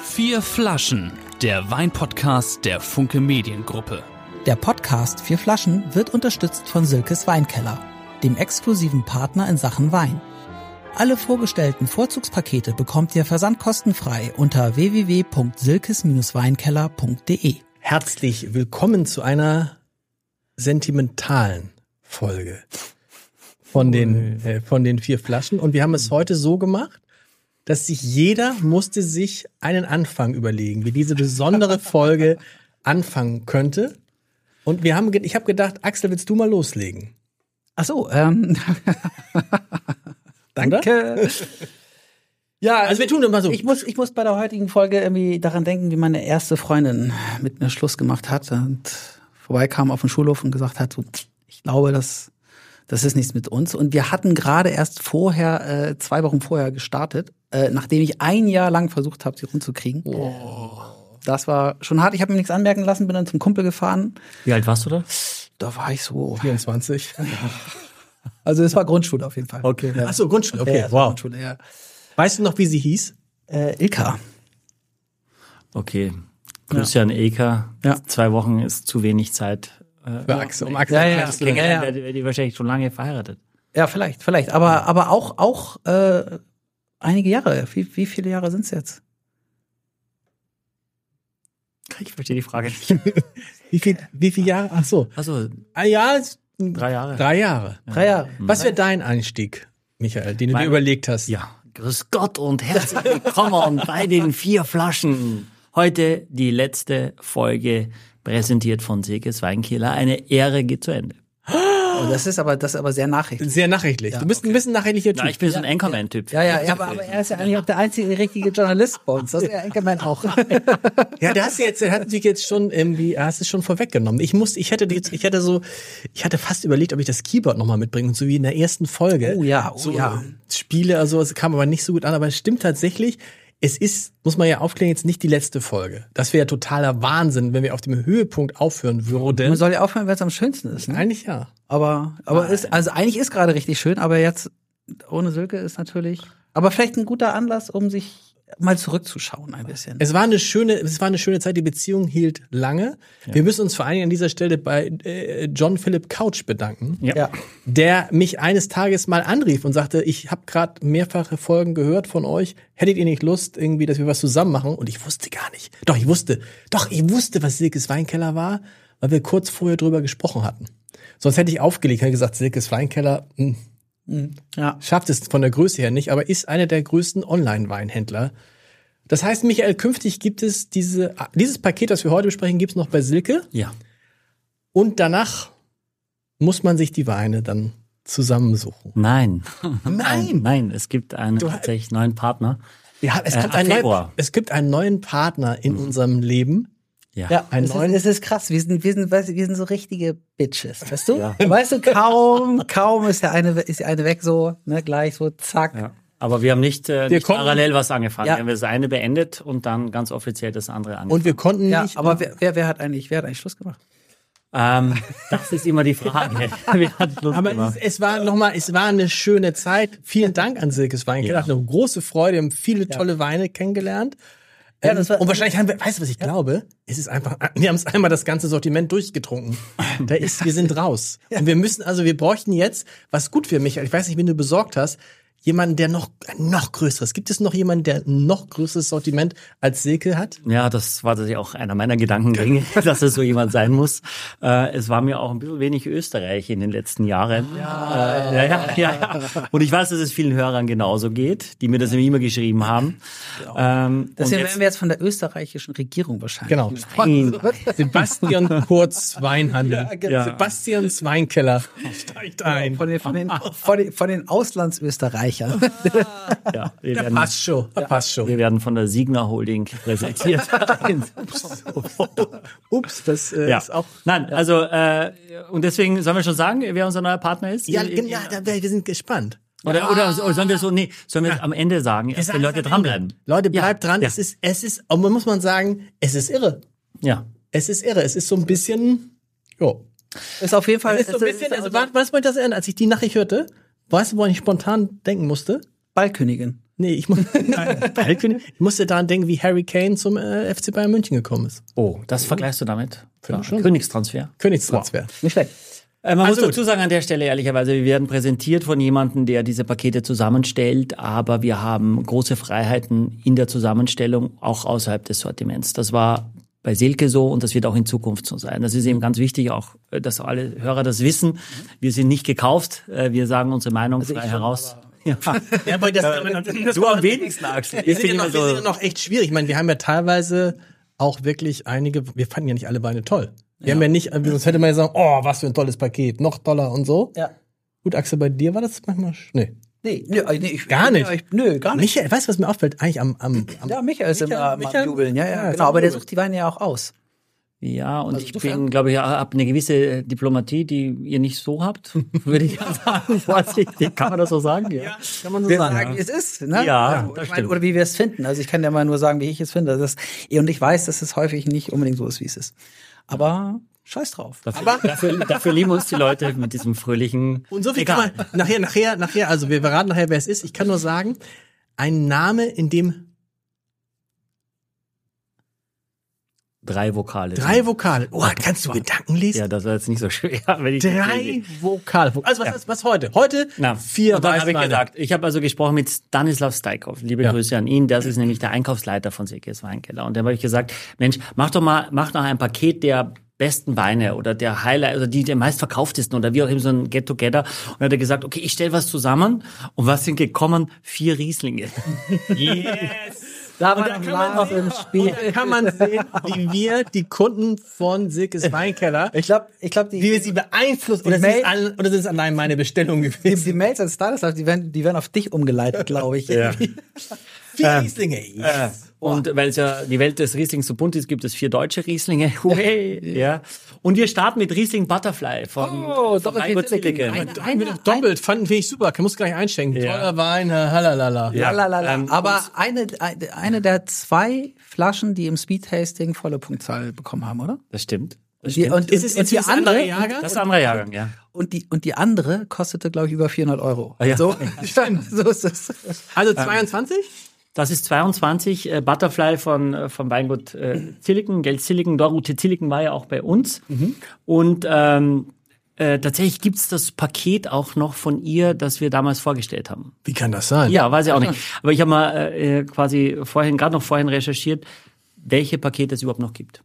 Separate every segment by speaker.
Speaker 1: Vier Flaschen, der Weinpodcast der Funke Mediengruppe.
Speaker 2: Der Podcast Vier Flaschen wird unterstützt von Silkes Weinkeller, dem exklusiven Partner in Sachen Wein. Alle vorgestellten Vorzugspakete bekommt ihr versandkostenfrei unter www.silkes-weinkeller.de.
Speaker 3: Herzlich willkommen zu einer sentimentalen Folge von den, äh, von den vier Flaschen. Und wir haben es heute so gemacht, dass sich jeder musste sich einen Anfang überlegen, wie diese besondere Folge anfangen könnte. Und wir haben, ge- ich habe gedacht, Axel, willst du mal loslegen?
Speaker 2: Ach so, ähm,
Speaker 3: Danke.
Speaker 2: ja,
Speaker 3: Also wir tun das mal so.
Speaker 2: ich muss, ich muss bei der heutigen Folge irgendwie daran denken, wie meine erste Freundin mit mir Schluss gemacht hat und vorbeikam auf den Schulhof und gesagt hat, so, ich glaube, das, das ist nichts mit uns. Und wir hatten gerade erst vorher, äh, zwei Wochen vorher gestartet, äh, nachdem ich ein Jahr lang versucht habe, sie rumzukriegen. Das war schon hart. Ich habe mir nichts anmerken lassen, bin dann zum Kumpel gefahren.
Speaker 4: Wie alt warst du da?
Speaker 2: Da war ich so.
Speaker 3: 24.
Speaker 2: Also es war Grundschule auf jeden Fall.
Speaker 4: Okay.
Speaker 3: Ach so, Grundschule.
Speaker 2: Ja,
Speaker 3: Okay,
Speaker 2: ja,
Speaker 3: wow.
Speaker 2: Grundschule, ja.
Speaker 3: Weißt du noch, wie sie hieß?
Speaker 2: Äh, Ilka.
Speaker 4: Okay. Christian Eker.
Speaker 2: Ja.
Speaker 4: Zwei Wochen ist zu wenig Zeit. Äh,
Speaker 3: Bei Axel, um Axel.
Speaker 2: Ja, ja,
Speaker 3: Axel.
Speaker 2: ja, ja.
Speaker 4: Wäre wär die wahrscheinlich schon lange verheiratet.
Speaker 2: Ja, vielleicht, vielleicht. Aber, aber auch, auch äh, einige Jahre. Wie, wie viele Jahre sind's jetzt?
Speaker 4: Ich verstehe die Frage nicht.
Speaker 3: Wie viel, wie viel Jahre? Ach so.
Speaker 4: Also
Speaker 3: Ah, ja, es-
Speaker 4: drei Jahre.
Speaker 3: drei Jahre. Mhm.
Speaker 2: Drei Jahre.
Speaker 3: Was wäre dein Einstieg, Michael, den du
Speaker 4: Mein-
Speaker 3: dir überlegt hast?
Speaker 4: Ja. Grüß Gott und herzlich willkommen bei den vier Flaschen. Heute die letzte Folge präsentiert von Silkes Weinkeller. Eine Ehre geht zu Ende.
Speaker 2: Oh, das ist aber, das ist aber sehr nachrichtlich.
Speaker 3: Sehr nachrichtlich. du bist ein bisschen nachrichtlicher Typ.
Speaker 4: Na, ich bin so ein Anchorman-Typ.
Speaker 2: Ja, ja, ja aber, aber er ist ja eigentlich auch der einzige richtige Journalist bei uns. Das ist ja Enkelmann auch.
Speaker 3: Ja, da hast du jetzt, da hast du dich jetzt schon irgendwie, hast es schon vorweggenommen. Ich musste, ich hätte jetzt, ich hätte so, ich hatte fast überlegt, ob ich das Keyboard nochmal mitbringe, so wie in der ersten Folge.
Speaker 2: Oh ja, oh
Speaker 3: so
Speaker 2: ja.
Speaker 3: Spiele, also es kam aber nicht so gut an, aber es stimmt tatsächlich. Es ist, muss man ja aufklären, jetzt nicht die letzte Folge. Das wäre ja totaler Wahnsinn, wenn wir auf dem Höhepunkt aufhören
Speaker 2: Man
Speaker 3: würden.
Speaker 2: soll ja aufhören, wenn es am schönsten ist. Ne?
Speaker 3: Eigentlich ja.
Speaker 2: Aber, aber ist, also eigentlich ist gerade richtig schön, aber jetzt ohne Silke ist natürlich. Aber vielleicht ein guter Anlass, um sich mal zurückzuschauen ein bisschen.
Speaker 3: Es war eine schöne, es war eine schöne Zeit. Die Beziehung hielt lange. Wir müssen uns vor allen Dingen an dieser Stelle bei äh, John Philip Couch bedanken.
Speaker 4: Ja.
Speaker 2: Ja.
Speaker 3: der mich eines Tages mal anrief und sagte, ich habe gerade mehrfache Folgen gehört von euch, hättet ihr nicht Lust irgendwie, dass wir was zusammen machen? Und ich wusste gar nicht. Doch, ich wusste. Doch, ich wusste, was Silkes Weinkeller war, weil wir kurz vorher drüber gesprochen hatten. Sonst hätte ich aufgelegt, hätte gesagt, Silkes Weinkeller mh,
Speaker 2: Ja.
Speaker 3: schafft es von der Größe her nicht, aber ist einer der größten Online-Weinhändler. Das heißt, Michael, künftig gibt es diese, dieses Paket, das wir heute besprechen, gibt es noch bei Silke.
Speaker 4: ja.
Speaker 3: Und danach muss man sich die Weine dann zusammensuchen.
Speaker 4: Nein. Nein. Nein, es gibt einen tatsächlich neuen Partner.
Speaker 3: Ja, es
Speaker 4: Äh,
Speaker 3: gibt,
Speaker 4: ab
Speaker 3: einen neuen,
Speaker 4: Februar. Mhm.
Speaker 3: es gibt einen neuen Partner in unserem Leben.
Speaker 2: Ja,
Speaker 3: Einen
Speaker 2: es ist,
Speaker 3: neuen-
Speaker 2: es ist krass. Wir sind, wir sind, weißt du, wir sind so richtige Bitches, weißt du? Weißt du, kaum, kaum ist der eine, ist der eine weg so, ne, gleich so, zack.
Speaker 4: Ja. Aber wir haben nicht, äh, nicht
Speaker 3: konnten-
Speaker 4: parallel was angefangen.
Speaker 2: Ja.
Speaker 4: Wir haben das eine beendet und dann ganz offiziell das andere angefangen.
Speaker 3: Und wir konnten
Speaker 2: Ja,
Speaker 3: nicht.
Speaker 2: aber wer, wer, wer hat eigentlich, wer hat eigentlich Schluss gemacht?
Speaker 4: Ähm, das ist immer die Frage. Wir hatten Lust
Speaker 3: aber
Speaker 4: gemacht.
Speaker 3: es, es war nochmal, es war eine schöne Zeit. Vielen Dank an Silkes Weinkeller. Hat Eine große Freude, wir haben viele tolle Weine kennengelernt.
Speaker 2: Ja,
Speaker 3: Ähm,
Speaker 2: das war-
Speaker 3: und wahrscheinlich haben wir, weißt du, was ich glaube? Es ist einfach, wir haben es einmal das ganze Sortiment durchgetrunken. Da ist, wir sind raus. Und wir müssen, also wir bräuchten jetzt, was gut für mich, ich weiß nicht, wen du besorgt hast, jemanden, der noch, ein noch größeres. Gibt es noch jemanden, der ein noch größeres Sortiment als Silke hat?
Speaker 4: Ja, das war tatsächlich auch einer meiner Gedankengänge, dass es so jemand sein muss. Äh, es war mir auch ein bisschen wenig Österreich in den letzten Jahren. Ja. Äh, ja, ja, ja, ja. Und ich weiß, dass es vielen Hörern genauso geht, die mir das nämlich immer geschrieben haben. Ähm, und
Speaker 2: Deswegen
Speaker 4: jetzt-
Speaker 2: werden wir jetzt von der österreichischen Regierung wahrscheinlich.
Speaker 3: Genau.
Speaker 4: Nein.
Speaker 3: Sebastian Kurz Weinhandel.
Speaker 2: genau.
Speaker 4: Ja.
Speaker 3: Sebastians Weinkeller. Steigt ein.
Speaker 2: Von den, von den, von den, von den Auslandsösterreichern.
Speaker 4: ja, wir,
Speaker 3: Der
Speaker 4: werden,
Speaker 3: passt schon. Der passt schon.
Speaker 4: wir werden von der Signa Holding präsentiert.
Speaker 3: Ups, das äh,
Speaker 4: ja.
Speaker 3: ist auch.
Speaker 4: Nein, also äh, und deswegen sollen wir schon sagen, wer unser neuer Partner ist?
Speaker 3: Ja,
Speaker 4: Ihr- ihr-
Speaker 3: genau, da, wir sind gespannt.
Speaker 4: Oder, oder, oder sollen wir so, nee, sollen wir es am Ende sagen, dass die
Speaker 3: sagen
Speaker 4: Leute
Speaker 3: es am
Speaker 4: dranbleiben?
Speaker 3: Leute,
Speaker 4: Ja,
Speaker 3: bleibt dran.
Speaker 4: Ja.
Speaker 3: Es ist, es ist, aber muss man sagen, es ist irre.
Speaker 4: ja.
Speaker 3: Es ist irre. Es ist so ein bisschen. Jo.
Speaker 2: Ist auf jeden Fall,
Speaker 3: Es ist
Speaker 4: Also,
Speaker 3: so ein bisschen.
Speaker 2: ist
Speaker 3: Also, wann- wann ist mir das erinnert? Als ich die Nachricht hörte, weißt du, woran ich spontan denken musste?
Speaker 2: Ballkönigin.
Speaker 3: Nee, ich, mu Balkönigin? ich musste daran denken, wie Harry Kane zum äh, FC Bayern München gekommen ist.
Speaker 4: Oh, das vergleichst du damit?
Speaker 3: Finde
Speaker 4: Ja,
Speaker 3: schon.
Speaker 4: Königstransfer.
Speaker 3: Königstransfer.
Speaker 2: Nicht schlecht.
Speaker 4: Äh, man
Speaker 3: Also
Speaker 4: muss
Speaker 3: gut.
Speaker 4: dazu sagen an der Stelle ehrlicherweise, wir werden präsentiert von jemandem, der diese Pakete zusammenstellt, aber wir haben große Freiheiten in der Zusammenstellung, auch außerhalb des Sortiments. Das war bei Silke so und das wird auch in Zukunft so sein. Das ist eben ganz wichtig, auch äh, dass alle Hörer das wissen. Wir sind nicht gekauft, äh, wir sagen unsere Meinung frei heraus. Ja.
Speaker 3: Ja, Also äh, aber das, das
Speaker 4: Du am wenigsten, Axel.
Speaker 3: Wir sind, ja noch, wir sind ja noch echt schwierig. Ich meine, wir haben ja teilweise auch wirklich einige, wir fanden ja nicht alle Weine toll. Wir haben ja nicht, sonst hätte man ja sagen, oh, was für ein tolles Paket, noch toller und so.
Speaker 2: Ja.
Speaker 3: Gut, Axel, bei dir war das manchmal, sch- nee.
Speaker 2: Nee, nö, äh, nee, ich,
Speaker 3: Gar nicht.
Speaker 2: Ich, nö, gar nicht.
Speaker 3: Michael, weißt du, was mir auffällt? Eigentlich am, am, am
Speaker 2: Ja, Michael ist
Speaker 3: Michael-
Speaker 2: immer am
Speaker 3: Michael-
Speaker 2: Jubeln, ja,
Speaker 3: Ja,
Speaker 2: ja,
Speaker 3: ist
Speaker 2: genau.
Speaker 3: am
Speaker 2: Aber der
Speaker 3: Jubeln.
Speaker 2: sucht die Weine ja auch aus.
Speaker 4: Ja, und
Speaker 3: Also
Speaker 4: ich
Speaker 2: insofern-
Speaker 4: bin, glaube ich, habe eine gewisse äh, Diplomatie, die ihr nicht so habt, würde ich mal sagen. Vorsichtig, kann man das so sagen? Ja.
Speaker 3: kann man so
Speaker 2: Wir
Speaker 3: sagen.
Speaker 2: sagen, wie es ist, ne?
Speaker 4: Ja,
Speaker 2: Also,
Speaker 4: das
Speaker 2: ich meine,
Speaker 4: stimmt.
Speaker 2: oder wie wir es finden. Also ich kann ja mal nur sagen, wie ich es finde. Das ist, und ich weiß, dass es häufig nicht unbedingt so ist, wie es ist. Aber scheiß drauf.
Speaker 4: Dafür, dafür, dafür lieben uns die Leute mit diesem fröhlichen.
Speaker 3: Und so viel
Speaker 4: Egal.
Speaker 3: kann man, nachher, nachher, nachher, also wir verraten nachher, wer es ist. Ich kann nur sagen, ein Name, in dem
Speaker 4: Drei Vokale.
Speaker 3: drei Vokale, oh, kannst du Gedanken lesen?
Speaker 4: Ja, das war jetzt nicht so schwer. Wenn ich
Speaker 3: Drei Vokale. Also was, was, was heute? Heute
Speaker 4: Na,
Speaker 3: vier
Speaker 4: und dann habe ich
Speaker 3: Weißweine.
Speaker 4: gesagt, ich habe also gesprochen mit Stanislav Steikow. Liebe
Speaker 3: Ja.
Speaker 4: Grüße an ihn. Das ist nämlich der Einkaufsleiter von Silkes Weinkeller. Und dann habe ich gesagt, Mensch, mach doch mal, mach doch ein Paket der besten Weine oder der Highlight oder die der meistverkauftesten oder wie auch immer so ein Get Together. Und dann hat er gesagt, okay, ich stelle was zusammen. Und was sind gekommen? Vier Rieslinge.
Speaker 2: Da war ein Lava im Spiel.
Speaker 3: Da kann man sehen, wie wir die Kunden von Silkes Weinkeller,
Speaker 2: Ich glaube, ich glaube,
Speaker 3: wie wir
Speaker 2: die,
Speaker 3: sie beeinflussen.
Speaker 2: Die
Speaker 3: Oder sind
Speaker 2: Mail-
Speaker 3: es alle- oder sind es allein meine Bestellung gewesen?
Speaker 2: die Mails an Stardust, die werden, die werden auf dich umgeleitet, glaube ich. ja.
Speaker 3: Vier Rieslinge. yes.
Speaker 4: Und weil es ja die Welt des Rieslings so bunt ist, gibt es vier deutsche Rieslinge. Hooray, ja. Und wir starten mit Riesling Butterfly von,
Speaker 2: Oh,
Speaker 4: von
Speaker 2: Dorothee
Speaker 4: Reingurt
Speaker 2: Zilliken.
Speaker 4: Zilliken.
Speaker 2: Eine-
Speaker 3: Haben wir doch Doppelt, fanden wir ich super, muss gleich einschenken. Toller Wein, halalala.
Speaker 4: Ja,
Speaker 2: Lalalala.
Speaker 4: ähm,
Speaker 2: Aber eine, eine der zwei Flaschen, die im Speedtasting volle Punktzahl bekommen haben, oder?
Speaker 4: Das stimmt. Das
Speaker 2: Die,
Speaker 4: stimmt.
Speaker 2: und,
Speaker 3: Ist
Speaker 2: und,
Speaker 3: es
Speaker 2: und
Speaker 3: jetzt
Speaker 2: die
Speaker 3: dieses andere
Speaker 2: andere,
Speaker 3: Jahrgang?
Speaker 4: Das ist ein anderer Jahrgang, ja.
Speaker 2: und die, und die andere kostete, glaube ich, über 400 Euro.
Speaker 3: Ah,
Speaker 4: ja.
Speaker 2: So, so ist es.
Speaker 3: Also 22?
Speaker 4: Das ist 22, äh, Butterfly von, äh, von Weingut äh, Zilliken, Geld Zilliken, Dorothe Zilliken war ja auch bei uns. Und ähm, äh, tatsächlich gibt's das Paket auch noch von ihr, das wir damals vorgestellt haben.
Speaker 3: Wie kann das sein?
Speaker 4: Ja, weiß ich auch nicht. Aber ich habe mal äh, quasi vorhin, gerade noch vorhin recherchiert, welche Pakete es überhaupt noch gibt.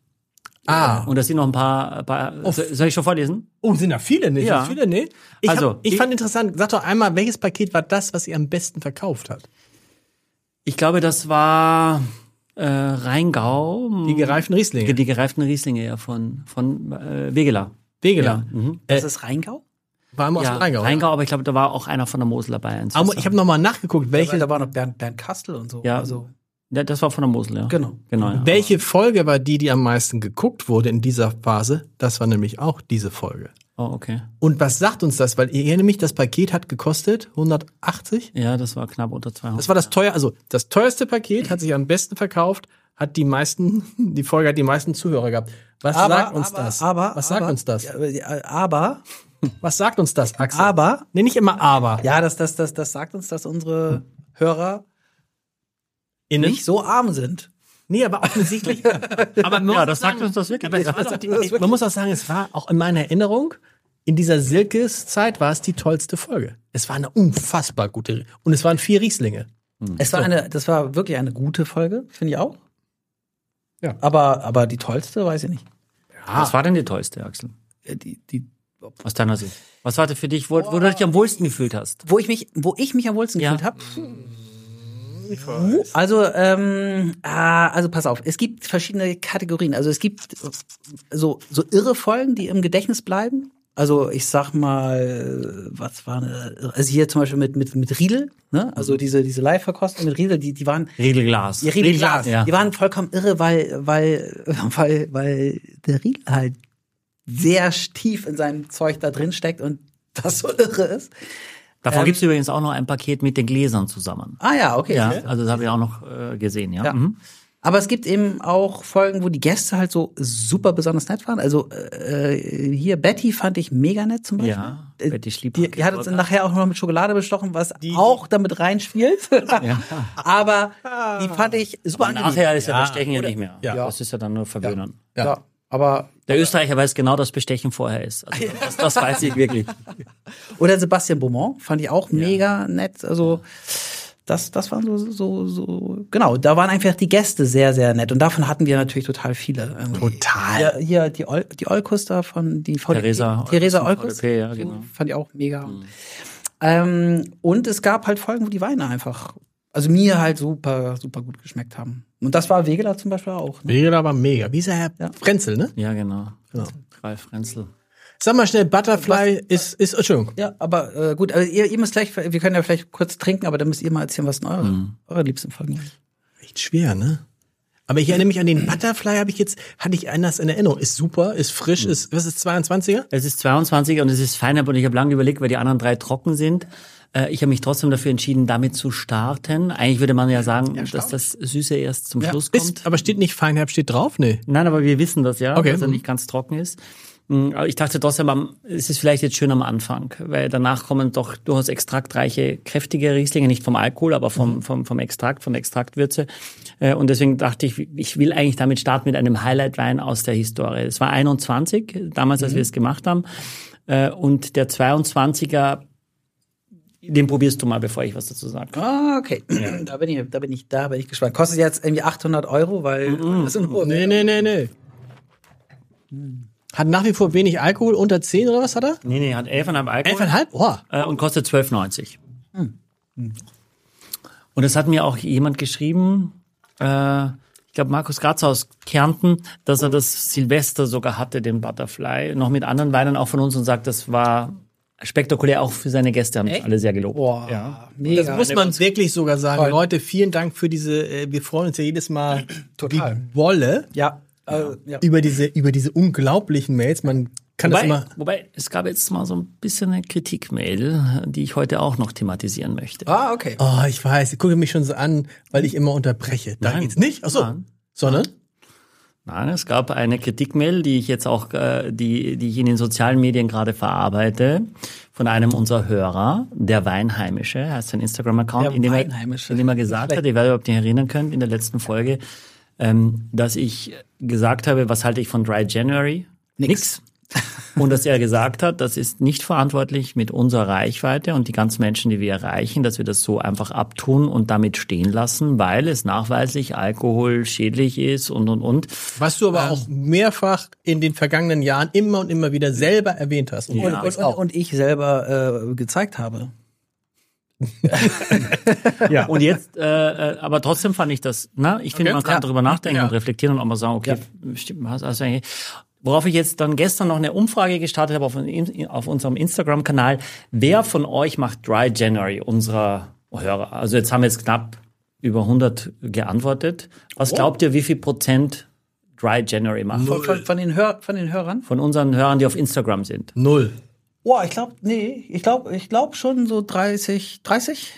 Speaker 3: Ah.
Speaker 4: Und das sind noch ein paar, ein paar soll soll ich schon vorlesen?
Speaker 3: Oh, sind da viele nicht?
Speaker 4: Ja.
Speaker 3: Sind Viele nicht? Ich,
Speaker 4: Also,
Speaker 3: hab, ich
Speaker 4: ich-
Speaker 3: fand interessant, sag doch einmal, welches Paket war das, was ihr am besten verkauft hat?
Speaker 4: Ich glaube, das war äh, Rheingau,
Speaker 3: Die gereiften Rieslinge.
Speaker 4: die gereiften Rieslinge ja von, von äh, Wegeler.
Speaker 3: Wegeler. Äh,
Speaker 2: Das ist Rheingau?
Speaker 3: War immer aus
Speaker 4: Ja,
Speaker 3: dem Mhm. Rheingau. oder?
Speaker 4: aber ich glaube, da war auch einer von der Mosel dabei. ein
Speaker 3: Aber
Speaker 4: Soße.
Speaker 3: ich habe nochmal nachgeguckt, welche,
Speaker 2: Weil da war noch Bernd, Bernd Kastel und so.
Speaker 4: Ja.
Speaker 2: Also,
Speaker 4: ja, das war von der Mosel, ja.
Speaker 2: Genau.
Speaker 4: genau ja.
Speaker 3: welche Folge war die, die am meisten geguckt wurde in dieser Phase. Das war nämlich auch diese Folge.
Speaker 4: Oh, okay.
Speaker 3: Und was sagt uns das? Weil ihr erinnert mich, das Paket hat gekostet 180.
Speaker 4: Ja, das war knapp unter 200.
Speaker 3: Das war das teuer, also das teuerste Paket hat sich am besten verkauft, hat die meisten, die Folge hat die meisten Zuhörer gebt. Was sagt uns
Speaker 2: aber,
Speaker 3: das?
Speaker 2: Aber,
Speaker 3: was sagt
Speaker 2: aber,
Speaker 3: uns das?
Speaker 2: Ja, äh, Aber,
Speaker 3: Was sagt uns das, Axel?
Speaker 2: aber,
Speaker 3: Nee, nicht immer aber.
Speaker 2: ja, das, das, das, das sagt uns, dass unsere Hörer
Speaker 3: Innen?
Speaker 2: nicht so arm sind.
Speaker 3: Nee, aber offensichtlich. aber man muss
Speaker 4: ja,
Speaker 3: auch
Speaker 4: das
Speaker 3: sagen,
Speaker 4: sagt uns das wirklich.
Speaker 3: aber es war doch die, man muss auch sagen, es war auch in meiner Erinnerung, in dieser Silkes-Zeit war es die tollste Folge. Es war eine unfassbar gute. Und es waren vier Rieslinge.
Speaker 2: Es war eine, das war wirklich eine gute Folge, finde ich auch.
Speaker 3: Ja.
Speaker 2: Aber, aber die tollste, weiß ich nicht.
Speaker 4: Ah, Was war denn die teuerste, Axel?
Speaker 2: Äh, Die, die,
Speaker 4: Aus deiner Sicht. Was war denn für dich, wo, wo du dich am wohlsten gefühlt hast?
Speaker 2: wo ich mich, wo ich mich am wohlsten
Speaker 4: Ja.
Speaker 2: gefühlt habe. Also, ähm, ah, also pass auf, es gibt verschiedene Kategorien. Also es gibt so, so irre Folgen, die im Gedächtnis bleiben. Also ich sag mal, was war eine, also hier zum Beispiel mit, mit, mit Riedel, ne? Also diese, diese Live-Verkostung mit Riedel, die, die waren,
Speaker 4: Riedelglas.
Speaker 2: die Riedel Glas,
Speaker 4: Ja.
Speaker 2: die waren vollkommen irre, weil, weil, weil, weil der Riedel halt sehr tief in seinem Zeug da drin steckt und das so irre ist.
Speaker 4: Davon
Speaker 3: Ähm,
Speaker 4: gibt's übrigens auch noch ein Paket mit den Gläsern zusammen.
Speaker 2: Ah ja, okay.
Speaker 4: Ja, also das habe ich auch noch äh, gesehen, ja.
Speaker 2: Ja.
Speaker 4: Mhm.
Speaker 2: Aber es gibt eben auch Folgen, wo die Gäste halt so super besonders nett waren. Also äh, hier Betty fand ich mega nett zum Beispiel.
Speaker 4: Ja,
Speaker 2: Äh,
Speaker 4: Betty Schliephacke.
Speaker 2: Die, die hat uns nachher auch noch mit Schokolade bestochen, was auch damit reinspielt. Aber die fand ich super angenehm.
Speaker 4: Nachher ist ja, Bestechen ja nicht mehr.
Speaker 3: Ja.
Speaker 4: Das ist ja dann nur Verwöhnen.
Speaker 3: Ja.
Speaker 2: aber
Speaker 4: Der Österreicher weiß genau, dass Bestechen vorher ist. Also das, das weiß ich wirklich.
Speaker 2: Oder Sebastian Beaumont fand ich auch mega nett. Also das, das waren so, so, so, genau, da waren einfach die Gäste sehr, sehr nett. Und davon hatten wir natürlich total viele. irgendwie.
Speaker 3: Total.
Speaker 2: Ja, hier die, Ol die Olkus da von die VDP,
Speaker 4: Theresa
Speaker 2: Theresa
Speaker 4: Olkus von
Speaker 2: Olkus.
Speaker 4: VDP, ja,
Speaker 2: So,
Speaker 4: genau.
Speaker 2: Fand ich auch mega. Ähm, und es gab halt Folgen, wo die Weine einfach, also mir halt super, super gut geschmeckt haben. Und das war Wegeler zum Beispiel auch. Ne?
Speaker 3: Mega, aber mega. Wie ist der Herr Frenzel, ne?
Speaker 4: Ja, genau. Ralf Renzel.
Speaker 3: Sag mal schnell, Butterfly ist, ist, Entschuldigung.
Speaker 2: Ja, aber äh, gut, also ihr, ihr müsst gleich, wir können ja vielleicht kurz trinken, aber dann müsst ihr mal erzählen, was denn eure,
Speaker 4: Mhm.
Speaker 2: eure liebsten Folgen sind.
Speaker 3: Echt schwer, ne? Aber ich erinnere mich an den Butterfly, habe ich jetzt, hatte ich anders in Erinnerung. Ist super, ist frisch, ist, was ist 22er?
Speaker 4: Es ist 22 und es ist Feinab und ich habe lange überlegt, weil die anderen drei trocken sind. Äh, Ich habe mich trotzdem dafür entschieden, damit zu starten. Eigentlich würde man ja sagen, dass das Süße erst zum Schluss kommt.
Speaker 3: Ist, aber steht nicht Feinherb, steht drauf? Nee.
Speaker 4: Nein, aber wir wissen das ja,
Speaker 3: Okay.
Speaker 4: dass er nicht ganz trocken ist. Mm, Aber ich dachte trotzdem, am- es ist vielleicht jetzt schön am Anfang, weil danach kommen doch durchaus extraktreiche, kräftige Rieslinge, nicht vom Alkohol, aber vom, vom, vom Extrakt, von der Extraktwürze. Äh, Und deswegen dachte ich, ich will eigentlich damit starten mit einem Highlight-Wein aus der Historie. Es war 21, damals, als wir es gemacht haben. Äh, Und der 22er, den probierst du mal, bevor ich was dazu sage.
Speaker 2: Ah, okay. Da bin ich, da bin ich, da bin ich gespannt. Kostet jetzt irgendwie 800 Euro, weil
Speaker 4: Mhm.
Speaker 2: das sind
Speaker 4: Oh,
Speaker 2: hohe
Speaker 3: Nee, nee, nee, nee. Hat nach wie vor wenig Alkohol, unter 10 oder was hat er?
Speaker 4: Nee, nee, hat 11,5 Alkohol.
Speaker 3: 11,5? Oh.
Speaker 4: Äh, und kostet 12,90. Und das hat mir auch jemand geschrieben, äh, ich glaube Markus Grazer aus Kärnten, dass er das Silvester sogar hatte, den Butterfly, noch mit anderen Weinen auch von uns und sagt, das war spektakulär, auch für seine Gäste haben es alle sehr gelobt.
Speaker 3: Oh,
Speaker 2: Boah, mega.
Speaker 3: Das muss man wirklich sogar sagen. Leute, vielen Dank für diese, äh, wir freuen uns ja jedes Mal Total. wie Wolle
Speaker 2: ja, äh, ja.
Speaker 3: über diese, über diese unglaublichen Mails. Man kann das
Speaker 4: Wobei,
Speaker 3: immer.
Speaker 4: wobei, es gab jetzt mal so ein bisschen eine Kritikmail, die ich heute auch noch thematisieren möchte.
Speaker 2: Ah, okay.
Speaker 3: Oh, ich weiß, ich gucke mich schon so an, weil ich immer unterbreche. Da
Speaker 4: Nein.
Speaker 3: geht's nicht. Achso.
Speaker 4: Nein.
Speaker 3: Sondern?
Speaker 4: Nein, es gab eine Kritikmail, die ich jetzt auch, äh, die, die ich in den sozialen Medien gerade verarbeite, von einem unserer Hörer, der Weinheimische, heißt sein Instagram-Account,
Speaker 2: Der
Speaker 4: in, dem er-
Speaker 2: Weinheimische.
Speaker 4: in dem er gesagt hat, ich weiß nicht, ob ihr euch erinnern könnt, in der letzten Folge, ähm, dass ich gesagt habe, was halte ich von Dry January? Nix. Und dass er gesagt hat, das ist nicht verantwortlich mit unserer Reichweite und die ganzen Menschen, die wir erreichen, dass wir das so einfach abtun und damit stehen lassen, weil es nachweislich Alkohol schädlich ist und, und, und.
Speaker 3: Was du aber auch Ähm, mehrfach in den vergangenen Jahren immer und immer wieder selber erwähnt hast. Und,
Speaker 2: Und,
Speaker 3: und-
Speaker 2: und, und, und ich selber äh, gezeigt habe.
Speaker 4: Ja. Und jetzt, äh, äh, aber trotzdem fand ich das, na, ich finde,
Speaker 3: Okay.
Speaker 4: man kann
Speaker 3: Ja.
Speaker 4: darüber nachdenken
Speaker 3: Ja.
Speaker 4: und reflektieren und auch mal sagen, okay, stimmt, hast, hast du eigentlich. Worauf ich jetzt dann gestern noch eine Umfrage gestartet habe auf, auf unserem Instagram-Kanal. Wer von euch macht Dry January unserer Hörer? Also jetzt haben jetzt knapp über 100 geantwortet. Was glaubt ihr, wie viel Prozent Dry January machen?
Speaker 2: Von, von, von, den, Hör, von den Hörern?
Speaker 4: Von unseren Hörern, die auf Instagram sind.
Speaker 3: null.
Speaker 2: Boah, ich glaube, nee, ich glaube ich glaub schon so 30, 30?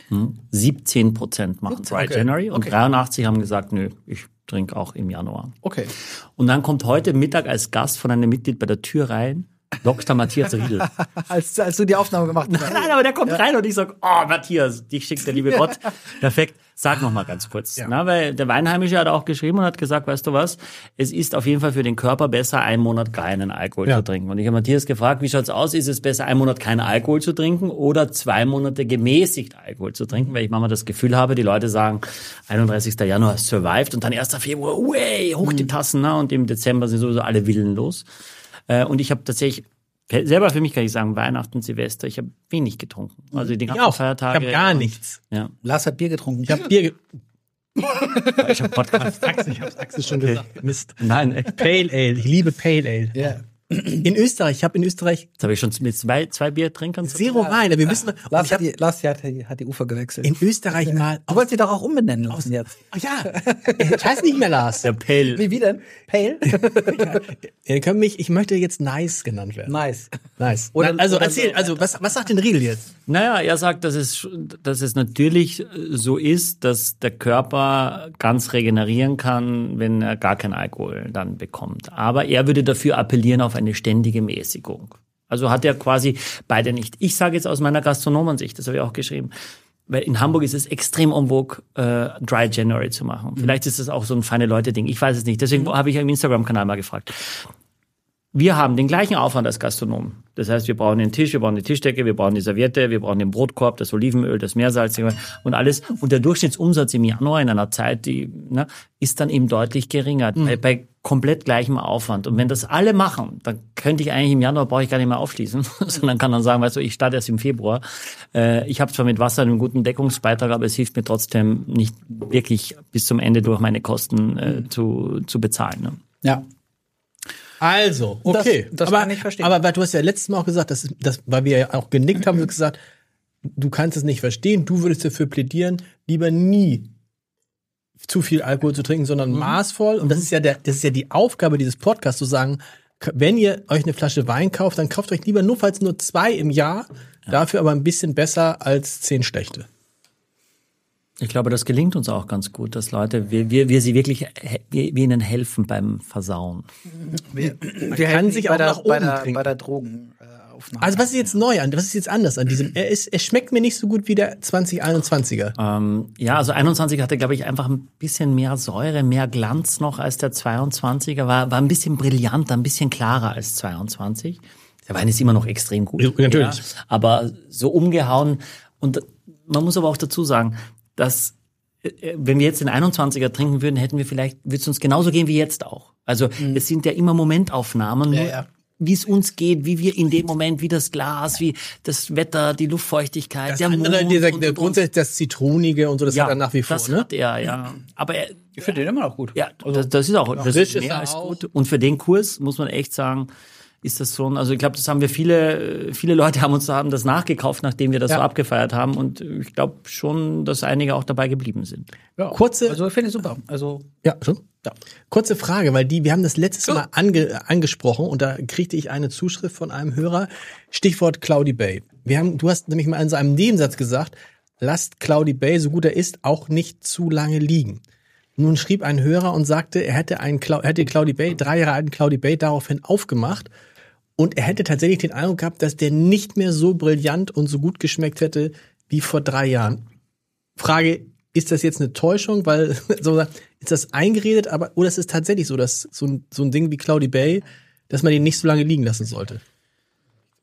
Speaker 4: 17 Prozent machen Dry
Speaker 2: okay.
Speaker 4: January und 83 haben gesagt, nö, ich trinke auch im Januar.
Speaker 2: Okay.
Speaker 4: Und dann kommt heute Mittag als Gast von einem Mitglied bei der Tür rein, Dr. Matthias Riedel.
Speaker 2: Als, als du die Aufnahme gemacht hast.
Speaker 4: Nein, aber der kommt rein und ich sag, oh Matthias, dich schickt der liebe Gott. Perfekt. Sag noch mal ganz kurz. Na, weil der Weinheimische hat auch geschrieben und hat gesagt, weißt du was, es ist auf jeden Fall für den Körper besser, einen Monat keinen Alkohol
Speaker 3: Ja.
Speaker 4: zu trinken. Und ich habe Matthias gefragt, wie schaut's aus? Ist es besser, einen Monat keinen Alkohol zu trinken oder zwei Monate gemäßigt Alkohol zu trinken? Weil ich manchmal das Gefühl habe, die Leute sagen, 31. Januar survived und dann 1. Februar, way, hoch die Tassen. Na, und im Dezember sind sowieso alle willenlos. Äh, und ich habe tatsächlich selber für mich kann ich sagen, Weihnachten, Silvester, ich habe wenig getrunken. Also die
Speaker 3: Mhm. Ich
Speaker 4: ganzen
Speaker 3: auch.
Speaker 4: Feiertage.
Speaker 3: Ich habe gar nichts.
Speaker 4: Ja.
Speaker 2: Lars hat Bier getrunken.
Speaker 3: Ich habe Bier. ge-
Speaker 4: Ich hab Podcast.
Speaker 3: Axel, ich hab's Axel schon gesagt. Mist.
Speaker 4: Nein, echt.
Speaker 3: Pale Ale. Ich liebe Pale Ale.
Speaker 2: Ja.
Speaker 3: In Österreich, ich habe in Österreich
Speaker 4: Jetzt habe ich schon mit zwei, zwei Biertrinkern zu
Speaker 3: Zero Wein. Wir müssen. und
Speaker 2: Lars,
Speaker 3: ich hab
Speaker 2: hat die, Lars hat, die, hat die Ufer gewechselt.
Speaker 3: in Österreich mal.
Speaker 2: du wolltest sie doch auch umbenennen lassen jetzt.
Speaker 3: Oh ja, ich heiße nicht mehr Lars.
Speaker 4: der Pell.
Speaker 2: Wie, wie denn? Pale?
Speaker 3: Ihr könnt mich, ich möchte jetzt nice genannt werden.
Speaker 2: nice.
Speaker 3: Nice.
Speaker 2: Oder-
Speaker 3: Nein, also
Speaker 2: oder
Speaker 3: erzähl,
Speaker 2: so.
Speaker 3: also was, was sagt denn Riedel jetzt?
Speaker 4: Naja, er sagt, dass es, dass es natürlich so ist, dass der Körper ganz regenerieren kann, wenn er gar keinen Alkohol dann bekommt. Aber er würde dafür appellieren auf eine ständige Mäßigung. Also hat er quasi beide nicht. Ich sage jetzt aus meiner Gastronomensicht, das habe ich auch geschrieben, weil in Hamburg ist es extrem en vogue, äh, Dry January zu machen. Vielleicht ist es auch so ein feine Leute-Ding. Ich weiß es nicht. Deswegen habe ich im Instagram-Kanal mal gefragt. Wir haben den gleichen Aufwand als Gastronomen. Das heißt, wir brauchen den Tisch, wir brauchen die Tischdecke, wir brauchen die Serviette, wir brauchen den Brotkorb, das Olivenöl, das Meersalz und alles. Und der Durchschnittsumsatz im Januar in einer Zeit, die ne, ist dann eben deutlich geringer bei, bei komplett gleichem Aufwand. Und wenn das alle machen, dann könnte ich eigentlich im Januar brauche ich gar nicht mehr aufschließen, sondern kann dann sagen, weißt du, ich starte erst im Februar. Äh, ich habe zwar mit Wasser einen guten Deckungsbeitrag, aber es hilft mir trotzdem nicht wirklich bis zum Ende durch meine Kosten äh, zu, zu bezahlen. Ne?
Speaker 2: Ja.
Speaker 3: Also, okay.
Speaker 2: das
Speaker 3: aber,
Speaker 2: kann ich verstehen.
Speaker 3: Aber weil du hast ja letztes Mal auch gesagt, dass, dass, weil wir ja auch genickt haben, du hast gesagt, du kannst es nicht verstehen, du würdest dafür plädieren, lieber nie zu viel Alkohol zu trinken, sondern maßvoll. Und das ist ja der, das ist ja die Aufgabe dieses Podcasts, zu sagen, k- wenn ihr euch eine Flasche Wein kauft, dann kauft euch lieber nur, falls nur zwei im Jahr, dafür aber ein bisschen besser als zehn schlechte.
Speaker 4: Ich glaube, das gelingt uns auch ganz gut, dass Leute, wir, wir, wir sie wirklich, he- wir, wir ihnen helfen beim Versauen.
Speaker 2: Wir, Man
Speaker 3: kann sich auch
Speaker 2: bei der,
Speaker 3: nach oben
Speaker 2: bei der,
Speaker 3: trinken.
Speaker 2: bei der äh, Drogenaufnahme.
Speaker 3: Also was ist jetzt neu an, was ist jetzt anders an diesem, er ist, er schmeckt mir nicht so gut wie der 2021er.
Speaker 4: Ähm, ja, also 21 hatte, glaube ich, einfach ein bisschen mehr Säure, mehr Glanz noch als der 22er, war, war ein bisschen brillanter, ein bisschen klarer als 22. Der Wein ist immer noch extrem gut.
Speaker 3: Ja, natürlich.
Speaker 4: Ja, aber so umgehauen. Und man muss aber auch dazu sagen, dass äh, wenn wir jetzt den 21er trinken würden, hätten wir vielleicht, würde es uns genauso gehen wie jetzt auch. Also es sind ja immer Momentaufnahmen, nur
Speaker 3: Mhm. ja.
Speaker 4: wie es uns geht, wie wir in dem Moment, wie das Glas, wie das Wetter, die Luftfeuchtigkeit,
Speaker 3: Das
Speaker 4: der
Speaker 3: andere,
Speaker 4: Mond
Speaker 3: dieser,
Speaker 4: und,
Speaker 3: der
Speaker 4: und, und.
Speaker 3: grundsätzlich das Zitronige und so, das hat er nach wie vor,
Speaker 4: Das
Speaker 3: ne?
Speaker 4: hat er, ja. Aber er,
Speaker 2: ich finde den immer noch gut.
Speaker 4: ja, das, das ist auch das
Speaker 3: frisch
Speaker 4: ist
Speaker 3: ist
Speaker 4: mehr
Speaker 3: er
Speaker 4: als
Speaker 3: auch.
Speaker 4: gut. Und für den Kurs muss man echt sagen, ist das schon, also ich glaube, das haben wir viele, äh, viele Leute haben uns haben das nachgekauft, nachdem wir das so abgefeiert haben. Und ich glaube schon, dass einige auch dabei geblieben sind.
Speaker 3: Kurze,
Speaker 2: Also ich finde den super. Also
Speaker 3: ja, schon? Kurze Frage, weil die, wir haben das letztes Mal ange, angesprochen und da kriegte ich eine Zuschrift von einem Hörer. Stichwort Cloudy Bay. Wir haben, du hast nämlich mal in so einem Nebensatz gesagt, lasst Cloudy Bay, so gut er ist, auch nicht zu lange liegen. Nun schrieb ein Hörer und sagte, er hätte einen, Clou- er hätte Cloudy Bay, drei Jahre alten Cloudy Bay daraufhin aufgemacht Und er hätte tatsächlich den Eindruck gehabt, dass der nicht mehr so brillant und so gut geschmeckt hätte wie vor drei Jahren. Frage, ist das jetzt eine Täuschung? Weil, so sagt, ist das eingeredet, aber, oder ist es tatsächlich so, dass so ein, so ein Ding wie Cloudy Bay, dass man den nicht so lange liegen lassen sollte?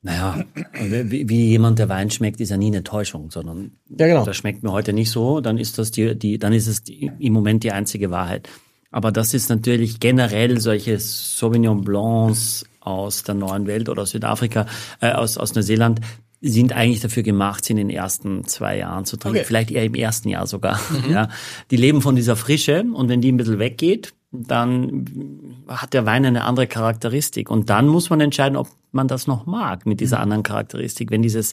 Speaker 4: Naja, wie, wie jemand, der Wein schmeckt, ist ja nie eine Täuschung, sondern
Speaker 3: Ja, genau.
Speaker 4: das schmeckt mir heute nicht so, dann ist das die, die dann ist es die, im Moment die einzige Wahrheit. Aber das ist natürlich generell solche Sauvignon Blancs aus der neuen Welt oder aus Südafrika, äh, aus, aus Neuseeland, sind eigentlich dafür gemacht, sie in den ersten zwei Jahren zu trinken.
Speaker 3: Okay. Mhm.
Speaker 4: Vielleicht eher im ersten Jahr sogar. Ja. Die leben von dieser Frische und wenn die ein bisschen weggeht, dann hat der Wein eine andere Charakteristik. Und dann muss man entscheiden, ob man das noch mag mit
Speaker 3: Mhm.
Speaker 4: dieser anderen Charakteristik. Wenn dieses,